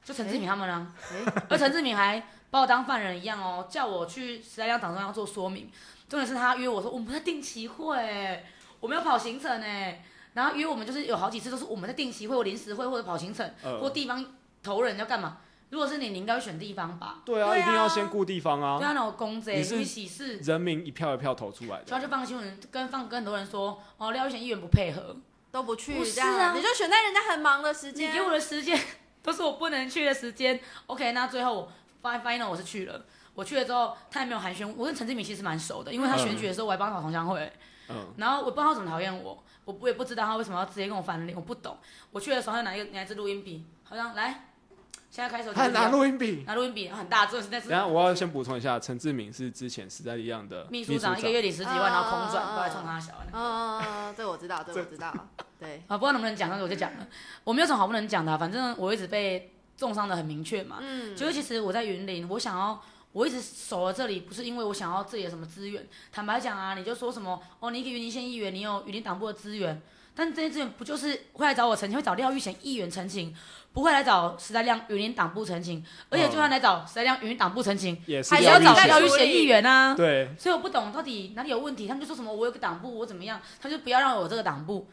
Speaker 3: 就陈志敏他们啊。
Speaker 1: 哎
Speaker 3: [LAUGHS] 而陈志敏还把我当犯人一样哦，叫我去时代量党中央做说明。重点是他约我说我们在定期会，我们要跑行程哎，然后约我们就是有好几次都是我们在定期会、临时会或者跑行程、或
Speaker 2: 呃，
Speaker 3: 地方投人要干嘛。如果是你，你应该会选地方吧？
Speaker 2: 对啊，
Speaker 1: 对啊
Speaker 2: 一定要先顾地方
Speaker 3: 对
Speaker 2: 啊，
Speaker 3: 啊，那种公
Speaker 2: 你
Speaker 3: 贼、
Speaker 2: 是
Speaker 3: 去喜事，
Speaker 2: 人民一票一票投出来
Speaker 3: 所以
Speaker 2: 的。
Speaker 3: 他就放新闻跟放跟很多人说，哦，廖玉贤议员不配合，
Speaker 1: 都不去，
Speaker 3: 不是
Speaker 1: 这样
Speaker 3: 啊
Speaker 1: 你就选在人家很忙的时
Speaker 3: 你
Speaker 1: 间，
Speaker 3: 给我的时间都是我不能去的时间。OK，那最后我 fin- final 我是去了，我去了之后他也没有寒暄，我跟陈志明其实蛮熟的，因为他选举的时候我还帮他跑同乡会，
Speaker 2: 嗯，
Speaker 3: 然后我不知道他怎么讨厌我，我我也不知道他为什么要直接跟我翻脸，我不懂。我去的时候他拿一个拿一支录音笔，好像来，现在开始我就
Speaker 2: 他
Speaker 3: 是
Speaker 2: 拿
Speaker 3: 这样
Speaker 2: 录音笔。啊
Speaker 3: 拿录音笔很大，真的是那
Speaker 2: 等
Speaker 3: 是
Speaker 2: 一下我要先补充一下，陈志明是之前时代力量的
Speaker 3: 秘
Speaker 2: 书
Speaker 3: 书长一个月领十几万，然后空转
Speaker 1: 啊啊啊啊
Speaker 3: 过来冲他小。
Speaker 1: 嗯，嗯，嗯嗯这我知道，这我知道，
Speaker 3: [LAUGHS]
Speaker 1: 对，
Speaker 3: 啊，不知道能不能讲，但是我就讲了，我没有什么好不能讲的啊、反正我一直被重伤的很明确嘛。
Speaker 1: 嗯，
Speaker 3: 就是其实我在云林，我想要。我一直守了这里，不是因为我想要这里有什么资源。坦白讲啊，你就说什么哦，你一个云林县议员，你有云林党部的资源，但这些资源不就是会来找我澄清，会找廖玉贤议员澄清，不会来找时代亮云林党部澄清，而且就算来找时代亮云林党部澄清，
Speaker 2: 也是
Speaker 3: 嗯还是
Speaker 1: 廖
Speaker 3: 要
Speaker 1: 玉
Speaker 3: 找
Speaker 1: 贤
Speaker 3: 廖玉贤议员啊。
Speaker 2: 对，
Speaker 3: 所以我不懂到底哪里有问题，他们就说什么我有个党部，我怎么样，他就不要让我有这个党部。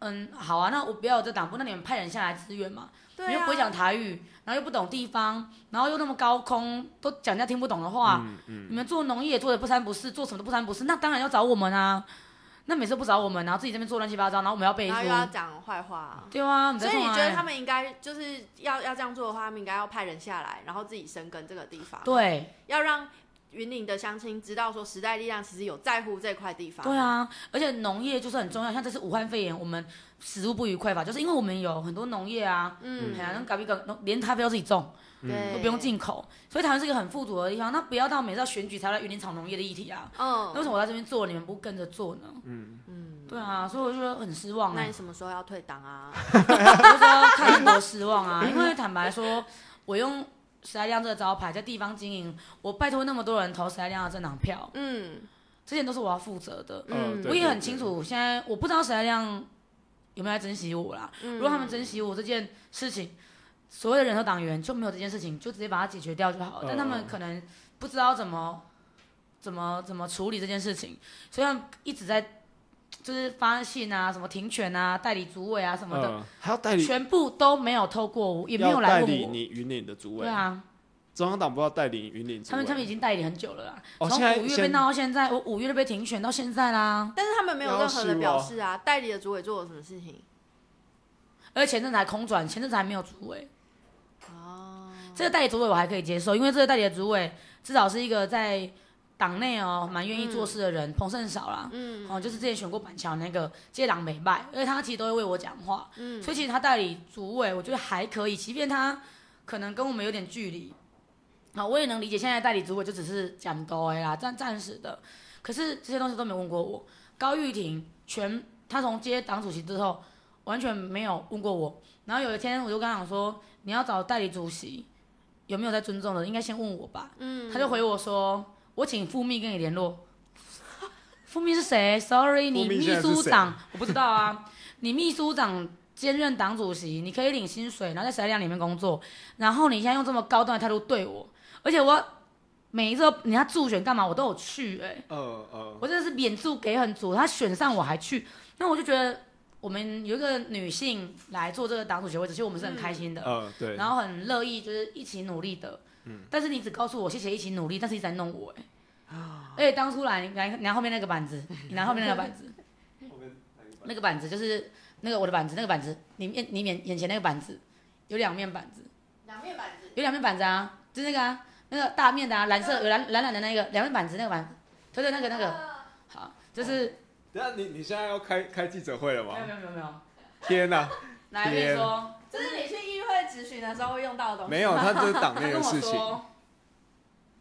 Speaker 3: 嗯，好啊，那我不要有这党部，那你们派人下来支援嘛？
Speaker 1: 对
Speaker 3: 你又
Speaker 1: 啊，
Speaker 3: 不会讲台语，然后又不懂地方，然后又那么高空，都讲人家听不懂的话，
Speaker 2: 嗯嗯，
Speaker 3: 你们做农业也做的不三不四，做什么都不三不四，那当然要找我们啊。那每次不找我们，然后啊自己这边做乱七八糟，然后我们要背
Speaker 1: 然后又要
Speaker 3: 书，
Speaker 1: 讲坏话，
Speaker 3: 对啊，
Speaker 1: 啊所以你
Speaker 3: 你
Speaker 1: 觉得他
Speaker 3: 们
Speaker 1: 们应该就是要要这样做的话，他们应该要派人下来，然后自己生根这个地方，
Speaker 3: 对
Speaker 1: 要让云林的乡亲知道说时代力量其实有在乎这块地方。
Speaker 3: 对，啊，而且农业就是很重要，像这次武汉肺炎，我们食物不愉快法，就是因为我们有很多农业啊，
Speaker 1: 嗯
Speaker 3: 哎，呀，那咖啡梗连咖啡都自己种，
Speaker 1: 对，
Speaker 3: 都不用，进口，所以台湾是一个很富足的地方。那不要到每次要选举才来云林炒农业的议题啊，那为
Speaker 1: 嗯
Speaker 3: 什么我在这边做，你们不跟着做呢？
Speaker 1: 嗯，
Speaker 3: 对啊，所以我就觉得很失望、
Speaker 1: 那
Speaker 3: 啊
Speaker 1: 你，什么时候要退党啊？
Speaker 3: 我就说看很多失望啊，因为坦白说，我用时代亮这个招牌在地方经营，我拜托那么多人投时代亮的政党票，
Speaker 1: 嗯
Speaker 3: 这些都是我要负责的。
Speaker 1: 嗯，
Speaker 2: 哦对
Speaker 3: 我也很清楚，现在我不知道时代亮有没有在珍惜我啦。
Speaker 1: 嗯
Speaker 3: 如果他们珍惜我这件事情，所谓的人头党员就没有这件事情，就直接把它解决掉就好了。
Speaker 2: 嗯
Speaker 3: 但他们可能不知道怎么怎么怎么处理这件事情，所以他们一直在就是发信啊、什么停权啊、代理主委啊什么的，
Speaker 2: 嗯，还要代理，
Speaker 3: 全部都没有透过我，也没有
Speaker 2: 要代
Speaker 3: 来
Speaker 2: 理
Speaker 3: 问我。
Speaker 2: 你云岭的主委
Speaker 3: 对，啊，
Speaker 2: 中央党不要代理云岭主委，
Speaker 3: 他们他们已经代理很久了啦，
Speaker 2: 哦
Speaker 3: 从
Speaker 2: 现在
Speaker 3: 五月
Speaker 2: 现
Speaker 3: 被闹到现在，我五月就被停权到现在啦，
Speaker 1: 但是他们没有任何
Speaker 2: 要
Speaker 1: 的
Speaker 2: 是
Speaker 1: 表
Speaker 2: 我
Speaker 1: 示啊，代理的主委做了什么事情？
Speaker 3: 而且前阵子还空转，前阵子还没有欸主委。
Speaker 1: 哦，
Speaker 3: 这个代理主委我还可以接受，因为这个代理的主委至少是一个在党内哦蛮愿意做事的人，彭胜少啦。
Speaker 1: 嗯
Speaker 3: 哦，就是之前选过板桥那个接党美拜，因为他其实都会为我讲话，
Speaker 1: 嗯，
Speaker 3: 所以其实他代理主委我觉得还可以，即便他可能跟我们有点距离，啊、我也能理解现在的代理主委就只是讲多哎啦，暂暂时的，可是这些东西都没问过我。高玉婷全他从接党主席之后完全没有问过我，然后有一天我就跟他讲说，你要找代理主席有没有在尊重的，应该先问我吧。
Speaker 1: 嗯
Speaker 3: 他就回我说：“我请傅密跟你联络。”傅密是谁？Sorry，你
Speaker 2: 傅密
Speaker 3: 秘
Speaker 2: 现在是
Speaker 3: 书
Speaker 2: 谁
Speaker 3: 长我不知道啊。你秘书长兼任党主席，你可以领薪水，然后在食量里面工作，然后你现在用这么高端的态度对我，而且我每一次你要助选干嘛，我都有去哎、
Speaker 2: 呃呃，
Speaker 3: 我真的是脸助给很足，他选上我还去，那我就觉得我们有一个女性来做这个党主席位置，其实我们是很开心的。
Speaker 2: 呃对，
Speaker 3: 然后很乐意就是一起努力的。但是你只告诉我谢谢一起努力，但是一直在弄我哎、而且当初来你来你拿后面那个板 [LAUGHS] 子，你拿后面那个板子，那个板子就是那个我的板子，那个板子，你面你眼眼前那个板子有两面板子，
Speaker 1: 两面板子，
Speaker 3: 有两面板子啊，就是那个啊，那个大面的啊，蓝色有蓝蓝蓝的那个两面板子那个板子，对对那个那个
Speaker 1: 啊
Speaker 3: 好，就是
Speaker 2: 等下你你现在要开开记者会了
Speaker 3: 没有
Speaker 2: 吗？
Speaker 3: 没有没有没有，
Speaker 2: 天哪，
Speaker 3: 来我跟你说，
Speaker 1: 这是你去议会质询的时候会用到的东西。
Speaker 2: 没有，他这是党
Speaker 3: 他
Speaker 2: 内
Speaker 3: 跟
Speaker 2: 的
Speaker 3: 我
Speaker 2: 事情，
Speaker 3: 说，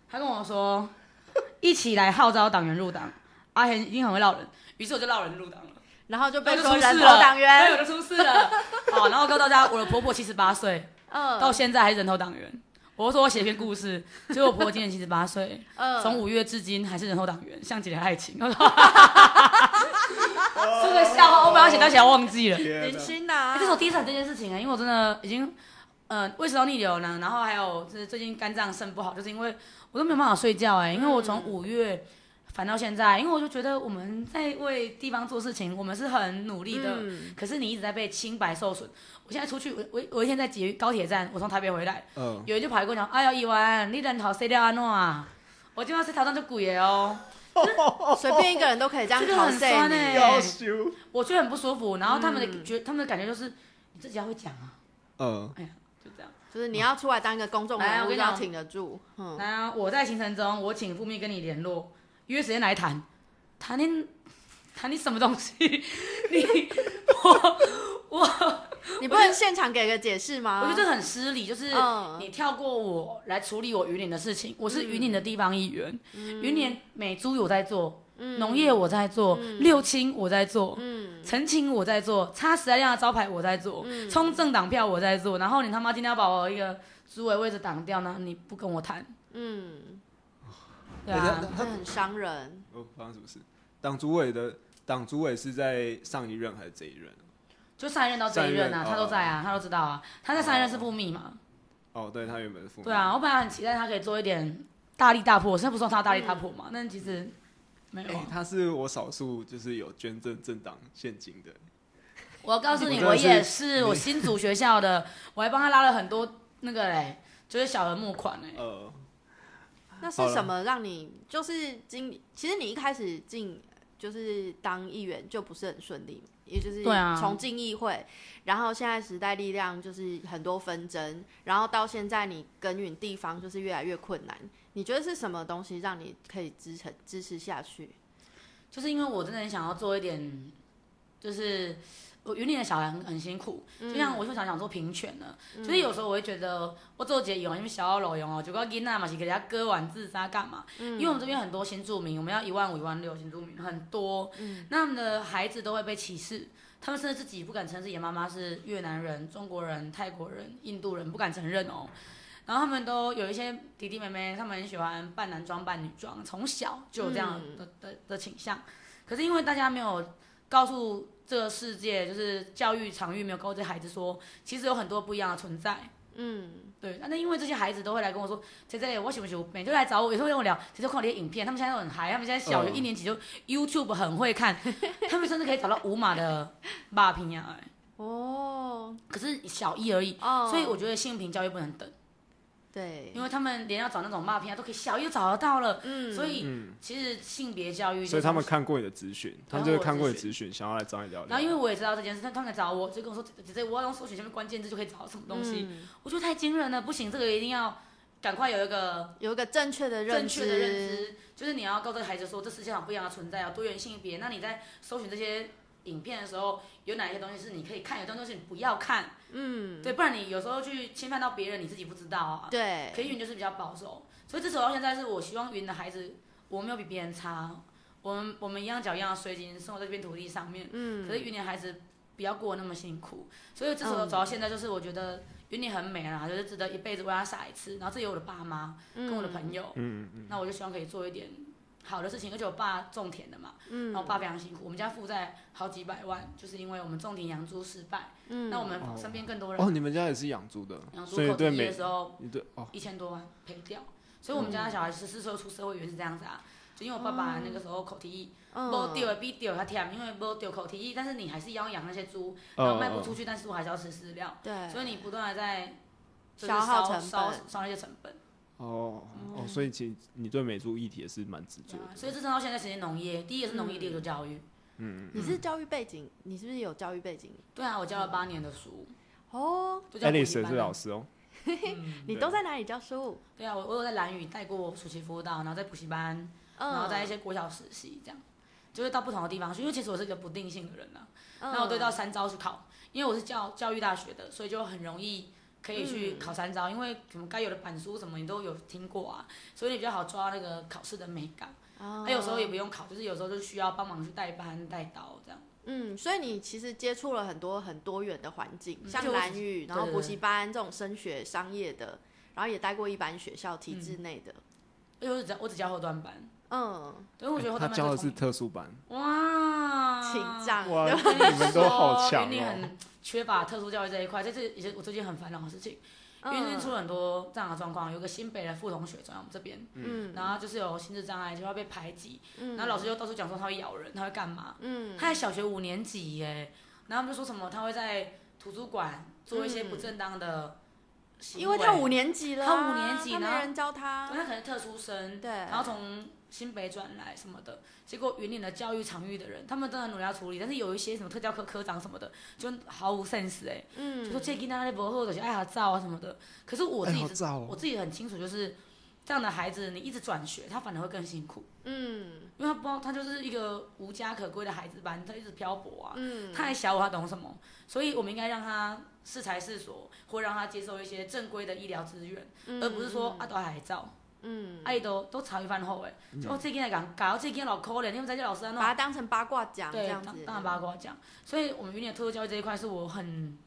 Speaker 3: 他跟我说， [LAUGHS] 一起来号召党员入党。阿贤一定很会绕人，于是我就绕人入党了，
Speaker 1: 然后就
Speaker 3: 那
Speaker 1: 被
Speaker 3: 我就
Speaker 1: 说
Speaker 3: 出
Speaker 1: 人
Speaker 3: 事
Speaker 1: 头
Speaker 3: 了，哎
Speaker 1: 党
Speaker 3: 对，我
Speaker 1: 员，
Speaker 3: 就出事了。 [LAUGHS] 好，然后告诉大家，我的婆婆七十八岁，到
Speaker 1: 嗯
Speaker 3: 现在还是人头党员。我就说我写一篇故事，结果我婆婆今年七十八岁，
Speaker 1: 嗯，
Speaker 3: 从五月至今还是人头党员，像极了
Speaker 1: [LAUGHS]
Speaker 3: 爱情。是个笑话，我把它写到起来忘记了。
Speaker 2: 天
Speaker 1: 林
Speaker 2: 哪，
Speaker 1: 心呐，
Speaker 3: 欸这是我第一次谈这件事情啊、因为我真的已经，呃，胃食道逆流呢，然后还有就是最近肝脏肾不好，就是因为我都没有办法睡觉哎、因为我
Speaker 1: 嗯
Speaker 3: 从五月烦到现在，因为我就觉得我们在为地方做事情，我们是很努力的，
Speaker 1: 嗯
Speaker 3: 可是你一直在被清白受损。我现在出去，我我我一天在捷运高铁站，我从台北回来，
Speaker 2: 嗯，
Speaker 3: 有人就跑来跟我讲，哎呦，一万，你人头洗掉安怎啊？我今晚洗头上就贵的哦，
Speaker 1: 随便一个人都可以这样
Speaker 3: 这个
Speaker 1: 考
Speaker 3: 很
Speaker 1: 试
Speaker 3: 酸
Speaker 1: 你。
Speaker 3: 哎、
Speaker 2: 要修，
Speaker 3: 我觉得很不舒服。然后他们的
Speaker 1: 嗯
Speaker 3: 觉、他们的感觉就是，你自己要会讲啊，
Speaker 2: 嗯，
Speaker 3: 哎呀，就这样。
Speaker 1: 就是你要出来当一个公众
Speaker 3: 来啊
Speaker 1: 人
Speaker 3: 我
Speaker 1: 物，
Speaker 3: 跟你
Speaker 1: 要
Speaker 3: 讲
Speaker 1: 挺得住。嗯，
Speaker 3: 那啊我在行程中，我请傅密跟你联络，约时间来谈，谈你谈你什么东西？你我我
Speaker 1: 你不能现场给个解释吗？
Speaker 3: 我觉得这很失礼，就是
Speaker 1: 啊嗯
Speaker 3: 你跳过我来处理我云林的事情。我是云林的地方议员，
Speaker 1: 嗯
Speaker 3: 云林美猪有在做，农业我在做，六轻我在做，
Speaker 1: 嗯
Speaker 3: 澄清我在做，插时代量的招牌我在做，冲政党票我在做，然后你他妈今天要把我一个主委位置挡掉呢，你不跟我谈，
Speaker 1: 嗯，
Speaker 3: 对啊
Speaker 2: 等。
Speaker 1: 这很伤人。
Speaker 2: 哦，发生什么事？党主委的党主委是在上一任还是这一任？
Speaker 3: 就上一任到这一任
Speaker 2: 上
Speaker 3: 啊，
Speaker 2: 一任
Speaker 3: 他都在啊，他都知道啊。他在上一任是
Speaker 2: 哦
Speaker 3: 布密嘛？
Speaker 2: 哦，对他原本是副。
Speaker 3: 对，啊，我本来很期待他可以做一点大力大破，现在不是说他大力大破嘛？但其实没有
Speaker 2: 哎
Speaker 3: 啊。，
Speaker 2: 他是我少数就是有捐赠政党现金的，
Speaker 3: 哎我告诉你，
Speaker 2: 我
Speaker 3: 我
Speaker 2: 真的是
Speaker 3: 也是我新组学校的，我还帮他拉了很多那个嘞，就是小额募款嘞。
Speaker 2: 呃，
Speaker 1: 那
Speaker 2: 好
Speaker 1: 是
Speaker 2: 了
Speaker 1: 什么让你就是经？其实你一开始进就是当议员就不是很顺利，也就是
Speaker 3: 对啊
Speaker 1: 从进议会，然后现在时代力量就是很多纷争，然后到现在你耕耘地方就是越来越困难。你觉得是什么东西让你可以支撑支持下去？
Speaker 3: 就是因为我真的很想要做一点，就是我云林的小孩很很辛苦，就像我就想想做平权了，就是有时候我会觉得我做节用，因为小奥楼用哦，就个囡仔嘛是给人家割腕自杀干嘛？因为我们这边很多新住民，我们要一万五、一万六新住民很多，那他们的孩子都会被歧视。他们甚至自己不敢承认自己的妈妈是越南人、中国人、泰国人、印度人，不敢承认哦。然后他们都有一些弟弟妹妹，他们很喜欢扮男装、扮女装，从小就有这样的、的的倾向。可是因为大家没有告诉这个世界，就是教育场域没有告诉这些孩子说，其实有很多不一样的存在。
Speaker 1: 嗯，
Speaker 3: 对，那那因为这些孩子都会来跟我说，姐姐，我喜不喜欢？每次来找我，有时候跟我聊，姐姐看我的影片，他们现在都很嗨，他们现在小学
Speaker 2: 嗯
Speaker 3: 一年级就 YouTube 很
Speaker 1: [LAUGHS]
Speaker 3: 会看，他们甚至可以找到五码的霸屏啊，哎
Speaker 1: 哦
Speaker 3: 可是小一而已，
Speaker 1: 哦，
Speaker 3: 所以我觉得性平教育不能等，
Speaker 1: 对，
Speaker 3: 因为他们连要找那种霸屏啊都可以小一就找得到了，
Speaker 1: 嗯，
Speaker 3: 所以
Speaker 2: 嗯，
Speaker 3: 其实性别教育，
Speaker 2: 所以他们。看过你的咨询，他们就会看过你的咨询，想要来找你聊聊。
Speaker 3: 然后因为我也知道这件事，他他们来找我就跟我说，姐姐，我要用搜寻下面关键字就可以找到什么东西，
Speaker 1: 嗯
Speaker 3: 我觉得太惊人了，不行，这个一定要赶快有一个
Speaker 1: 有一个正确的认
Speaker 3: 正
Speaker 1: 知，
Speaker 3: 确的认知，就是你要告诉孩子说，这世界上不一样的存在啊，多元性别。那你在搜寻这些影片的时候，有哪一些东西是你可以看，有哪些东西你不要看？
Speaker 1: 嗯，
Speaker 3: 对，不然你有时候去侵犯到别人，你自己不知道啊。
Speaker 1: 对，
Speaker 3: 可云就是比较保守，所以这时候到现在是我希望云的孩子，我没有比别人差，我们我们一样脚一样的水井，生活在这片土地上面。
Speaker 1: 嗯，
Speaker 3: 可是云林孩子不要过得那么辛苦，所以这时候
Speaker 1: 嗯
Speaker 3: 走到现在，就是我觉得云林很美啦，就是值得一辈子为他傻一次。然后这有我的爸妈跟我的朋友，
Speaker 2: 嗯嗯
Speaker 3: 那我就希望可以做一点好的事情，而且我爸种田的嘛，
Speaker 1: 嗯，
Speaker 3: 然后我爸非常辛苦，我们家负债好几百万，就是因为我们种田养猪失败。
Speaker 1: 嗯，
Speaker 3: 那我们
Speaker 2: 哦
Speaker 3: 身边更多
Speaker 2: 嗯，
Speaker 3: 人
Speaker 2: 哦，你们家也是养猪的，
Speaker 3: 养猪
Speaker 2: 所以
Speaker 3: 口蹄
Speaker 2: 对
Speaker 3: 疫的
Speaker 2: 每
Speaker 3: 时候
Speaker 2: 你对哦，
Speaker 3: 一千多万赔掉，所以我们
Speaker 2: 嗯
Speaker 3: 家的小孩十四岁出社会也是这样子啊。就因为我爸爸那个时候口蹄疫，无丢
Speaker 1: 哦嗯，
Speaker 3: 的比丢较忝，因为无丢口蹄疫，但是你还是要养那些猪，然后
Speaker 2: 呃
Speaker 3: 卖不出去，但是我还是要吃饲料，
Speaker 1: 对，
Speaker 3: 所以你不断的在就是
Speaker 1: 消耗
Speaker 3: 烧
Speaker 1: 成
Speaker 3: 烧
Speaker 1: 本
Speaker 3: 烧那些成本。
Speaker 2: 哦哦，所以其实你对美猪议题也是蛮执着
Speaker 3: 嗯对
Speaker 2: 的
Speaker 3: 啊。所以这到现在，其实农业第一个是农业，第二个是教育。
Speaker 2: 嗯
Speaker 1: 你是教育背景，你是不是有教育背景？
Speaker 3: 对啊，我教了八年的书，
Speaker 1: 哦，
Speaker 3: 就教补
Speaker 2: Alice 也
Speaker 3: 习
Speaker 2: 是
Speaker 3: 班
Speaker 2: 老
Speaker 3: 啊。
Speaker 2: 师哦，
Speaker 3: 嗯
Speaker 1: 你都在哪里教书？
Speaker 3: [LAUGHS] 对啊，我我有在蓝屿带过暑期辅导，然后在补习班，
Speaker 1: 嗯，
Speaker 3: 然后在一些国小实习，这样就会到不同的地方去。因为其实我是一个不定性的人啊，
Speaker 1: 嗯，
Speaker 3: 那、我都到三招去考，因为我是教教育大学的，所以就很容易。可以
Speaker 1: 嗯
Speaker 3: 去考三招，因为什么该有的板书什么你都有听过啊，所以你比较好抓那个考试的美感。
Speaker 1: 哦，
Speaker 3: 他哎有时候也不用考，就是有时候就需要帮忙去带班带刀这样。
Speaker 1: 嗯，所以你其实接触了很多很多元的环境，
Speaker 3: 嗯
Speaker 1: 像
Speaker 3: 就
Speaker 1: 蓝宇，然后
Speaker 3: 对对
Speaker 1: 补
Speaker 3: 对
Speaker 1: 习班这种升学商业的，然后也待过一般学校体制内的，
Speaker 3: 因为我只教我只教后端班，
Speaker 1: 嗯，
Speaker 3: 因为我觉得后
Speaker 2: 他
Speaker 3: 端班最
Speaker 2: 教的是
Speaker 3: 聪
Speaker 2: 特殊班，
Speaker 3: 明哇，
Speaker 1: 请仗，
Speaker 2: 哇，
Speaker 1: 对
Speaker 2: 你们都好强
Speaker 3: 云林
Speaker 2: 哦。
Speaker 3: 很缺乏特殊教育这一块，这是也是我最近很烦恼的事情。
Speaker 1: 嗯
Speaker 3: 因为最近出了很多这样的状况，有个新北的副同学转到我们这边，
Speaker 1: 嗯
Speaker 3: 然后就是有心智障碍，就要被排挤，
Speaker 1: 嗯，
Speaker 3: 然后老师就到处讲说他会咬人，他会干嘛？
Speaker 1: 嗯，
Speaker 3: 他还小学五年级耶，然后他们就说什么他会在图书馆做一些不
Speaker 1: 嗯
Speaker 3: 正当的行为，
Speaker 1: 因为他五年级了啊，
Speaker 3: 他五年级
Speaker 1: 他没
Speaker 3: 然后
Speaker 1: 人教
Speaker 3: 对
Speaker 1: 他，
Speaker 3: 他可能是特殊生，
Speaker 1: 对，
Speaker 3: 然后从新北转来什么的，结果云林的教育场域的人，他们真的很努力要处理，但是有一些什么特教科科长什么的，就毫无 sense 哎、
Speaker 1: 嗯，
Speaker 3: 就说这个囡仔咧无好，就是爱他照啊什么的。可是我自己
Speaker 2: 哎好
Speaker 3: 知、
Speaker 2: 早
Speaker 3: 我
Speaker 2: 哦，
Speaker 3: 自己很清楚，就是这样的孩子，你一直转学，他反而会更辛苦，
Speaker 1: 嗯
Speaker 3: 因为他不知道他就是一个无家可归的孩子班，他一直漂泊啊。
Speaker 1: 嗯，
Speaker 3: 他还小我，他懂什么？所以我们应该让他适才适所，或让他接受一些正规的医疗资源，而不是说阿斗还照。
Speaker 1: 嗯，
Speaker 3: 啊，伊都都茶余饭后诶，就我最近来讲，搞到最近老可怜，你们在这老师安
Speaker 1: 把
Speaker 3: 弄，
Speaker 1: 它当成八卦讲这
Speaker 3: 对，
Speaker 1: 样
Speaker 3: 当
Speaker 1: 子，
Speaker 3: 当然八卦讲。所以我们云林的特殊教育这一块是我很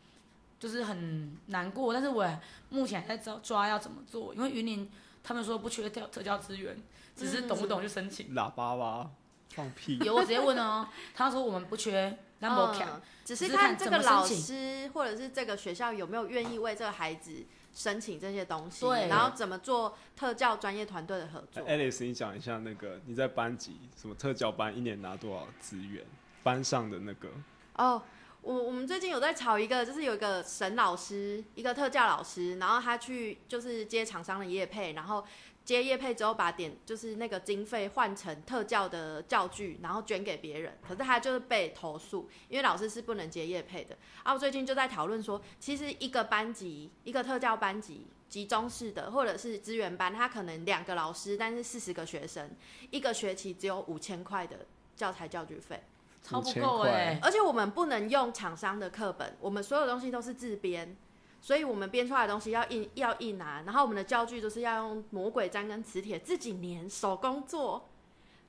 Speaker 3: 就是很难过，但是我也目前还在抓抓要怎么做，因为云林他们说不缺特特教资源，只是懂不懂去申请。
Speaker 2: 喇叭吧，放屁！
Speaker 3: [LAUGHS] 有我直接问哦，他说我们不缺，那么看。
Speaker 1: 嗯，只
Speaker 3: 只
Speaker 1: 是
Speaker 3: 是看
Speaker 1: 看这
Speaker 3: 怎
Speaker 1: 个
Speaker 3: 么
Speaker 1: 老
Speaker 3: 申
Speaker 1: 师或者是这个学校有没有愿意为这个孩子申请这些东西，
Speaker 3: 对
Speaker 1: 然后怎么做特教专业团队的合
Speaker 2: 哎
Speaker 1: 作。
Speaker 2: Alice，你讲一下那个你在班级什么特教班一年拿多少资源？班上的那个
Speaker 1: 哦，我我们最近有在炒一个，就是有一个沈老师，一个特教老师，然后他去就是接厂商的业配，然后接业配之后，把点就是那个经费换成特教的教具，然后捐给别人。可是他就是被投诉，因为老师是不能接业配的。啊，我最近就在讨论说，其实一个班级，一个特教班级。集中式的或者是资源班，他可能两个老师，但是四十个学生，一个学期只有五千块的教材教具费。
Speaker 3: 超不
Speaker 2: 5000
Speaker 3: 够
Speaker 2: 块
Speaker 3: 哎、
Speaker 1: 而且我们不能用厂商的课本，我们所有东西都是自编，所以我们编出来的东西要印要印啊，然后我们的教具就是要用魔鬼粘跟磁铁自己粘手工做。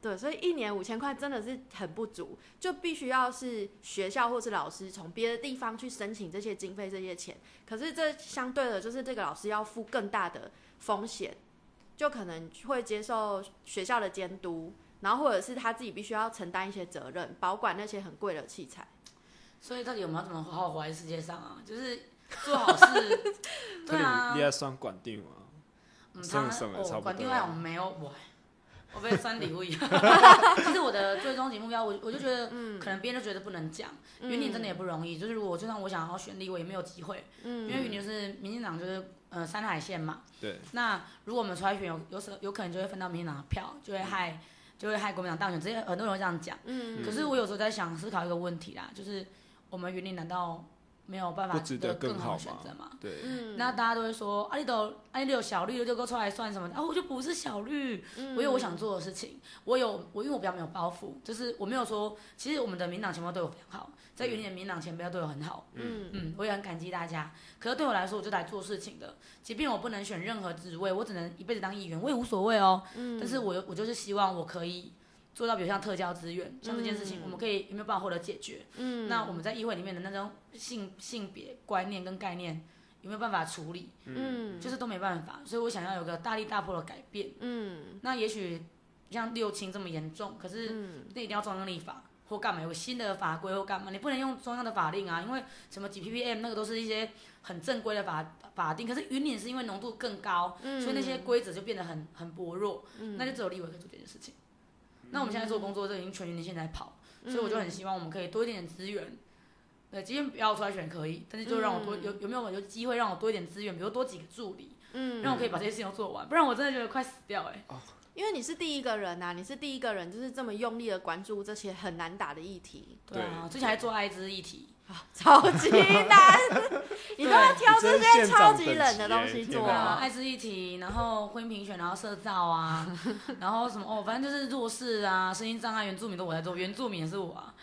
Speaker 1: 对，所以一年五千块真的是很不足，就必须要是学校或是老师从别的地方去申请这些经费、这些钱。可是这相对的，就是这个老师要负更大的风险，就可能会接受学校的监督，然后或者是他自己必须要承担一些责任，保管那些很贵的器材。
Speaker 3: 所以到底我们要怎么好好活在世界上啊？就是做好事，对啊
Speaker 2: 你，也算管定嘛？
Speaker 3: 嗯，
Speaker 2: 算
Speaker 3: 他
Speaker 2: 了算了
Speaker 3: 哦
Speaker 2: 差不
Speaker 3: 管
Speaker 2: 多
Speaker 3: 另
Speaker 2: 了
Speaker 3: 外我没有我，我被酸礼
Speaker 2: [LAUGHS]
Speaker 3: 物一样。其实我的最终极目标，我我就觉得，可能别人就觉得不能讲，嗯因为你真的也不容易。就是如果就算我想要选立委，也没有机会，
Speaker 1: 嗯
Speaker 3: 因为云林就是民进党就是呃三海线嘛。
Speaker 2: 对，
Speaker 3: 那如果我们出来选，有有时有可能就会分到民进党的票，就会害就会害国民党当选。之前很多人会这样讲，
Speaker 1: 嗯
Speaker 3: 可是我有时候在想思考一个问题啦，就是我们云林难道没有办法
Speaker 2: 不值得
Speaker 3: 更
Speaker 2: 更
Speaker 3: 好
Speaker 2: 好
Speaker 3: 的选择吗？
Speaker 2: 对，
Speaker 1: 嗯
Speaker 3: 那大家都会说，啊，你都啊，你都有小绿，你就给我出来算什么的啊，我就不是小绿，
Speaker 1: 嗯
Speaker 3: 我有我想做的事情，我有我因为我比较没有包袱，就是我没有说，其实我们的民党前辈对我非常好，在云林的民党前辈对我很好，
Speaker 1: 嗯
Speaker 3: 嗯，我也很感激大家。可是对我来说，我就来做事情的，即便我不能选任何职位，我只能一辈子当议员，我也无所谓哦。
Speaker 1: 嗯
Speaker 3: 但是我有我就是希望我可以做到，比如像特教资源，像这件事情，
Speaker 1: 嗯
Speaker 3: 我们可以有没有办法获得解决？
Speaker 1: 嗯
Speaker 3: 那我们在议会里面的那种性性别观念跟概念有没有办法处理？
Speaker 1: 嗯
Speaker 3: 就是都没办法，所以我想要有个大力大破的改变。
Speaker 1: 嗯
Speaker 3: 那也许像六亲这么严重，可是
Speaker 1: 嗯
Speaker 3: 那一定要中央立法或干嘛，有个新的法规或干嘛，你不能用中央的法令啊，因为什么几 ppm 那个都是一些很正规的法法定，可是云岭是因为浓度更高，
Speaker 1: 嗯
Speaker 3: 所以那些规则就变得很很薄弱，那就只有立委可以做这件事情。那我们现
Speaker 1: 嗯
Speaker 3: 在做工作，这已经全云林现在跑，所以我就很希望我们可以多一点资源。对，即便不要出来选可以，但是就让我多、
Speaker 1: 嗯
Speaker 3: 有有没有有机会让我多一点资源，比如多几个助理，
Speaker 1: 嗯
Speaker 3: 让我可以把这些事情都做完，不然我真的觉得快死掉哎、
Speaker 1: 因为你是第一个人呐、啊，你是第一个人，就是这么用力的关注这些很难打的议题， [LAUGHS]
Speaker 3: 对啊，之前还做艾滋议题，
Speaker 1: 超级
Speaker 3: [LAUGHS]
Speaker 1: 难，你都要挑这
Speaker 2: 真
Speaker 1: 些
Speaker 2: 县
Speaker 1: 超
Speaker 2: 长
Speaker 1: 级
Speaker 2: 等
Speaker 1: 冷
Speaker 2: 级
Speaker 1: 的东
Speaker 2: 耶
Speaker 1: 西
Speaker 2: 天
Speaker 1: 做
Speaker 2: 哪
Speaker 3: 对啊，
Speaker 1: 啊。
Speaker 3: 艾滋议题，然后婚姻平权，然后社造啊， [LAUGHS] 然后什么哦，反正就是弱势啊、身心障碍、原住民都我在做，原住民也是我啊。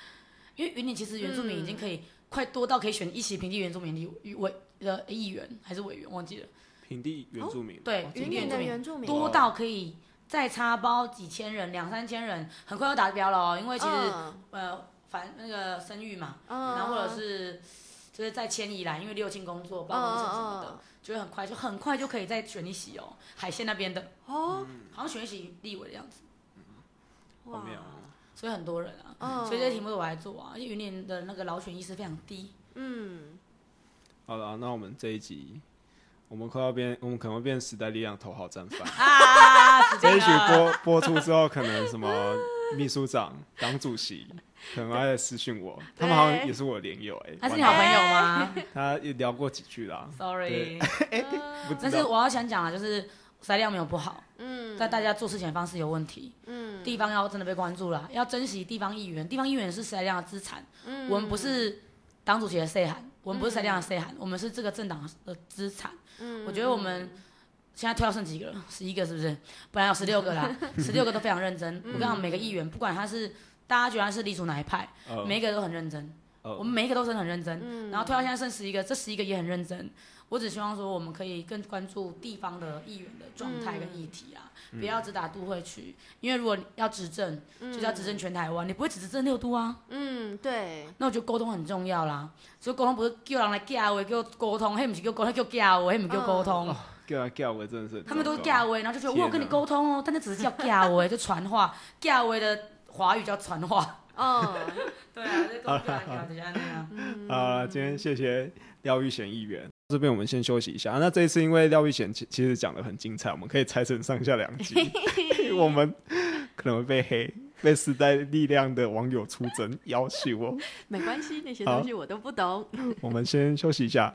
Speaker 3: 因为云林其
Speaker 1: 嗯
Speaker 3: 实原住民已经可以快多到可以选一起平地原住民立委的议员还是委员，忘记了。
Speaker 2: 平地原住民，
Speaker 3: 对
Speaker 2: 哦
Speaker 3: 云
Speaker 1: 云
Speaker 3: 林
Speaker 1: 林
Speaker 3: 的
Speaker 1: 的
Speaker 3: 原
Speaker 1: 原住民
Speaker 3: 多到可以再插包几千人、两三千人，很快要达标了哦。因为其实、
Speaker 1: 嗯
Speaker 3: 呃，反那个生育嘛，
Speaker 1: 嗯
Speaker 3: 然后或者是就是在迁移来，因为六亲工作、包工程什么的，
Speaker 1: 嗯嗯嗯
Speaker 3: 就会很快，就很快就可以再选一席哦。海鲜那边的，
Speaker 1: 哦，
Speaker 3: 好像选一席立委的样子，
Speaker 2: 嗯好
Speaker 1: 哇，
Speaker 2: 妙哦，
Speaker 3: 所以很多人啊，
Speaker 1: 嗯
Speaker 3: 所以这些题目都我来做啊，因为云林的那个劳选意识非常
Speaker 1: [LAUGHS]
Speaker 3: 低。
Speaker 1: 嗯，
Speaker 2: 好了，那我们这一集，我们快要变，我们可能会变时代力量头号战
Speaker 3: [LAUGHS]
Speaker 2: 犯。
Speaker 3: 啊，时
Speaker 2: 这
Speaker 3: 间
Speaker 2: 一集
Speaker 3: 了，
Speaker 2: 播播出之后，可能什
Speaker 3: [LAUGHS]
Speaker 2: 么秘书长、党主席可能还在私讯我，他们好像也是我的连友哎、
Speaker 3: 他是
Speaker 2: 完
Speaker 3: 你
Speaker 2: 蛋
Speaker 3: 好朋友吗
Speaker 1: 哎
Speaker 2: 他也聊过几句啦，
Speaker 3: [LAUGHS] ？Sorry，
Speaker 2: 不
Speaker 3: 但
Speaker 2: 知
Speaker 3: 是
Speaker 2: 道
Speaker 3: 我要想讲啊，就是材料没有不好，
Speaker 1: 嗯
Speaker 3: 但大家做事情的方式有问题。
Speaker 1: 嗯
Speaker 3: 地方要真的被关注了，要珍惜地方议员，地方议员是时代力量的资产。
Speaker 1: 嗯
Speaker 3: 我们不是党主席的 say 喊，我们不是时代力量的 say 喊，我们是这个政党的资产。
Speaker 1: 嗯
Speaker 3: 我觉得我们现在推到剩几个了？十一个是不是？本来有十六个啦，十六个都非常认真。我跟你讲，每个议员不管他是大家觉得他是隶属哪一派，
Speaker 2: 呃
Speaker 3: 每一个都很认真。
Speaker 2: 呃
Speaker 3: 我们每一个都真的很认真。
Speaker 1: 嗯
Speaker 3: 然后推到现在剩十一个，这十一个也很认真。我只希望说，我们可以更关注地方的议员的状态跟议题啊，不要只打都会区，因为如果要执政，就是要执政全台湾，你不会只执政六都啊。
Speaker 1: 嗯，对，
Speaker 3: 那我觉得沟通很重要啦，所以沟通不是叫人来架位，叫沟通，那不是叫沟通，叫架位，那不是叫沟通。
Speaker 2: ，get get 我真的是
Speaker 3: 他们都
Speaker 2: 糟糕
Speaker 3: 架位，然后就觉得我有跟你沟通哦，但那只是叫架位，就传话，架位的华语叫传话。
Speaker 1: 嗯，
Speaker 3: 对啊，就沟通叫人就像那样。
Speaker 2: 啊、今天谢谢廖玉贤议员。这边我们先休息一下。啊那这一次因为廖玉贤其其实讲的很精彩，我们可以拆成上下两集。我们可能会被黑，被时代力量的网友出征要求哦。
Speaker 1: [LAUGHS] 没关系，那些
Speaker 2: 好
Speaker 1: 东西我都不懂。
Speaker 2: 我们先休息一下。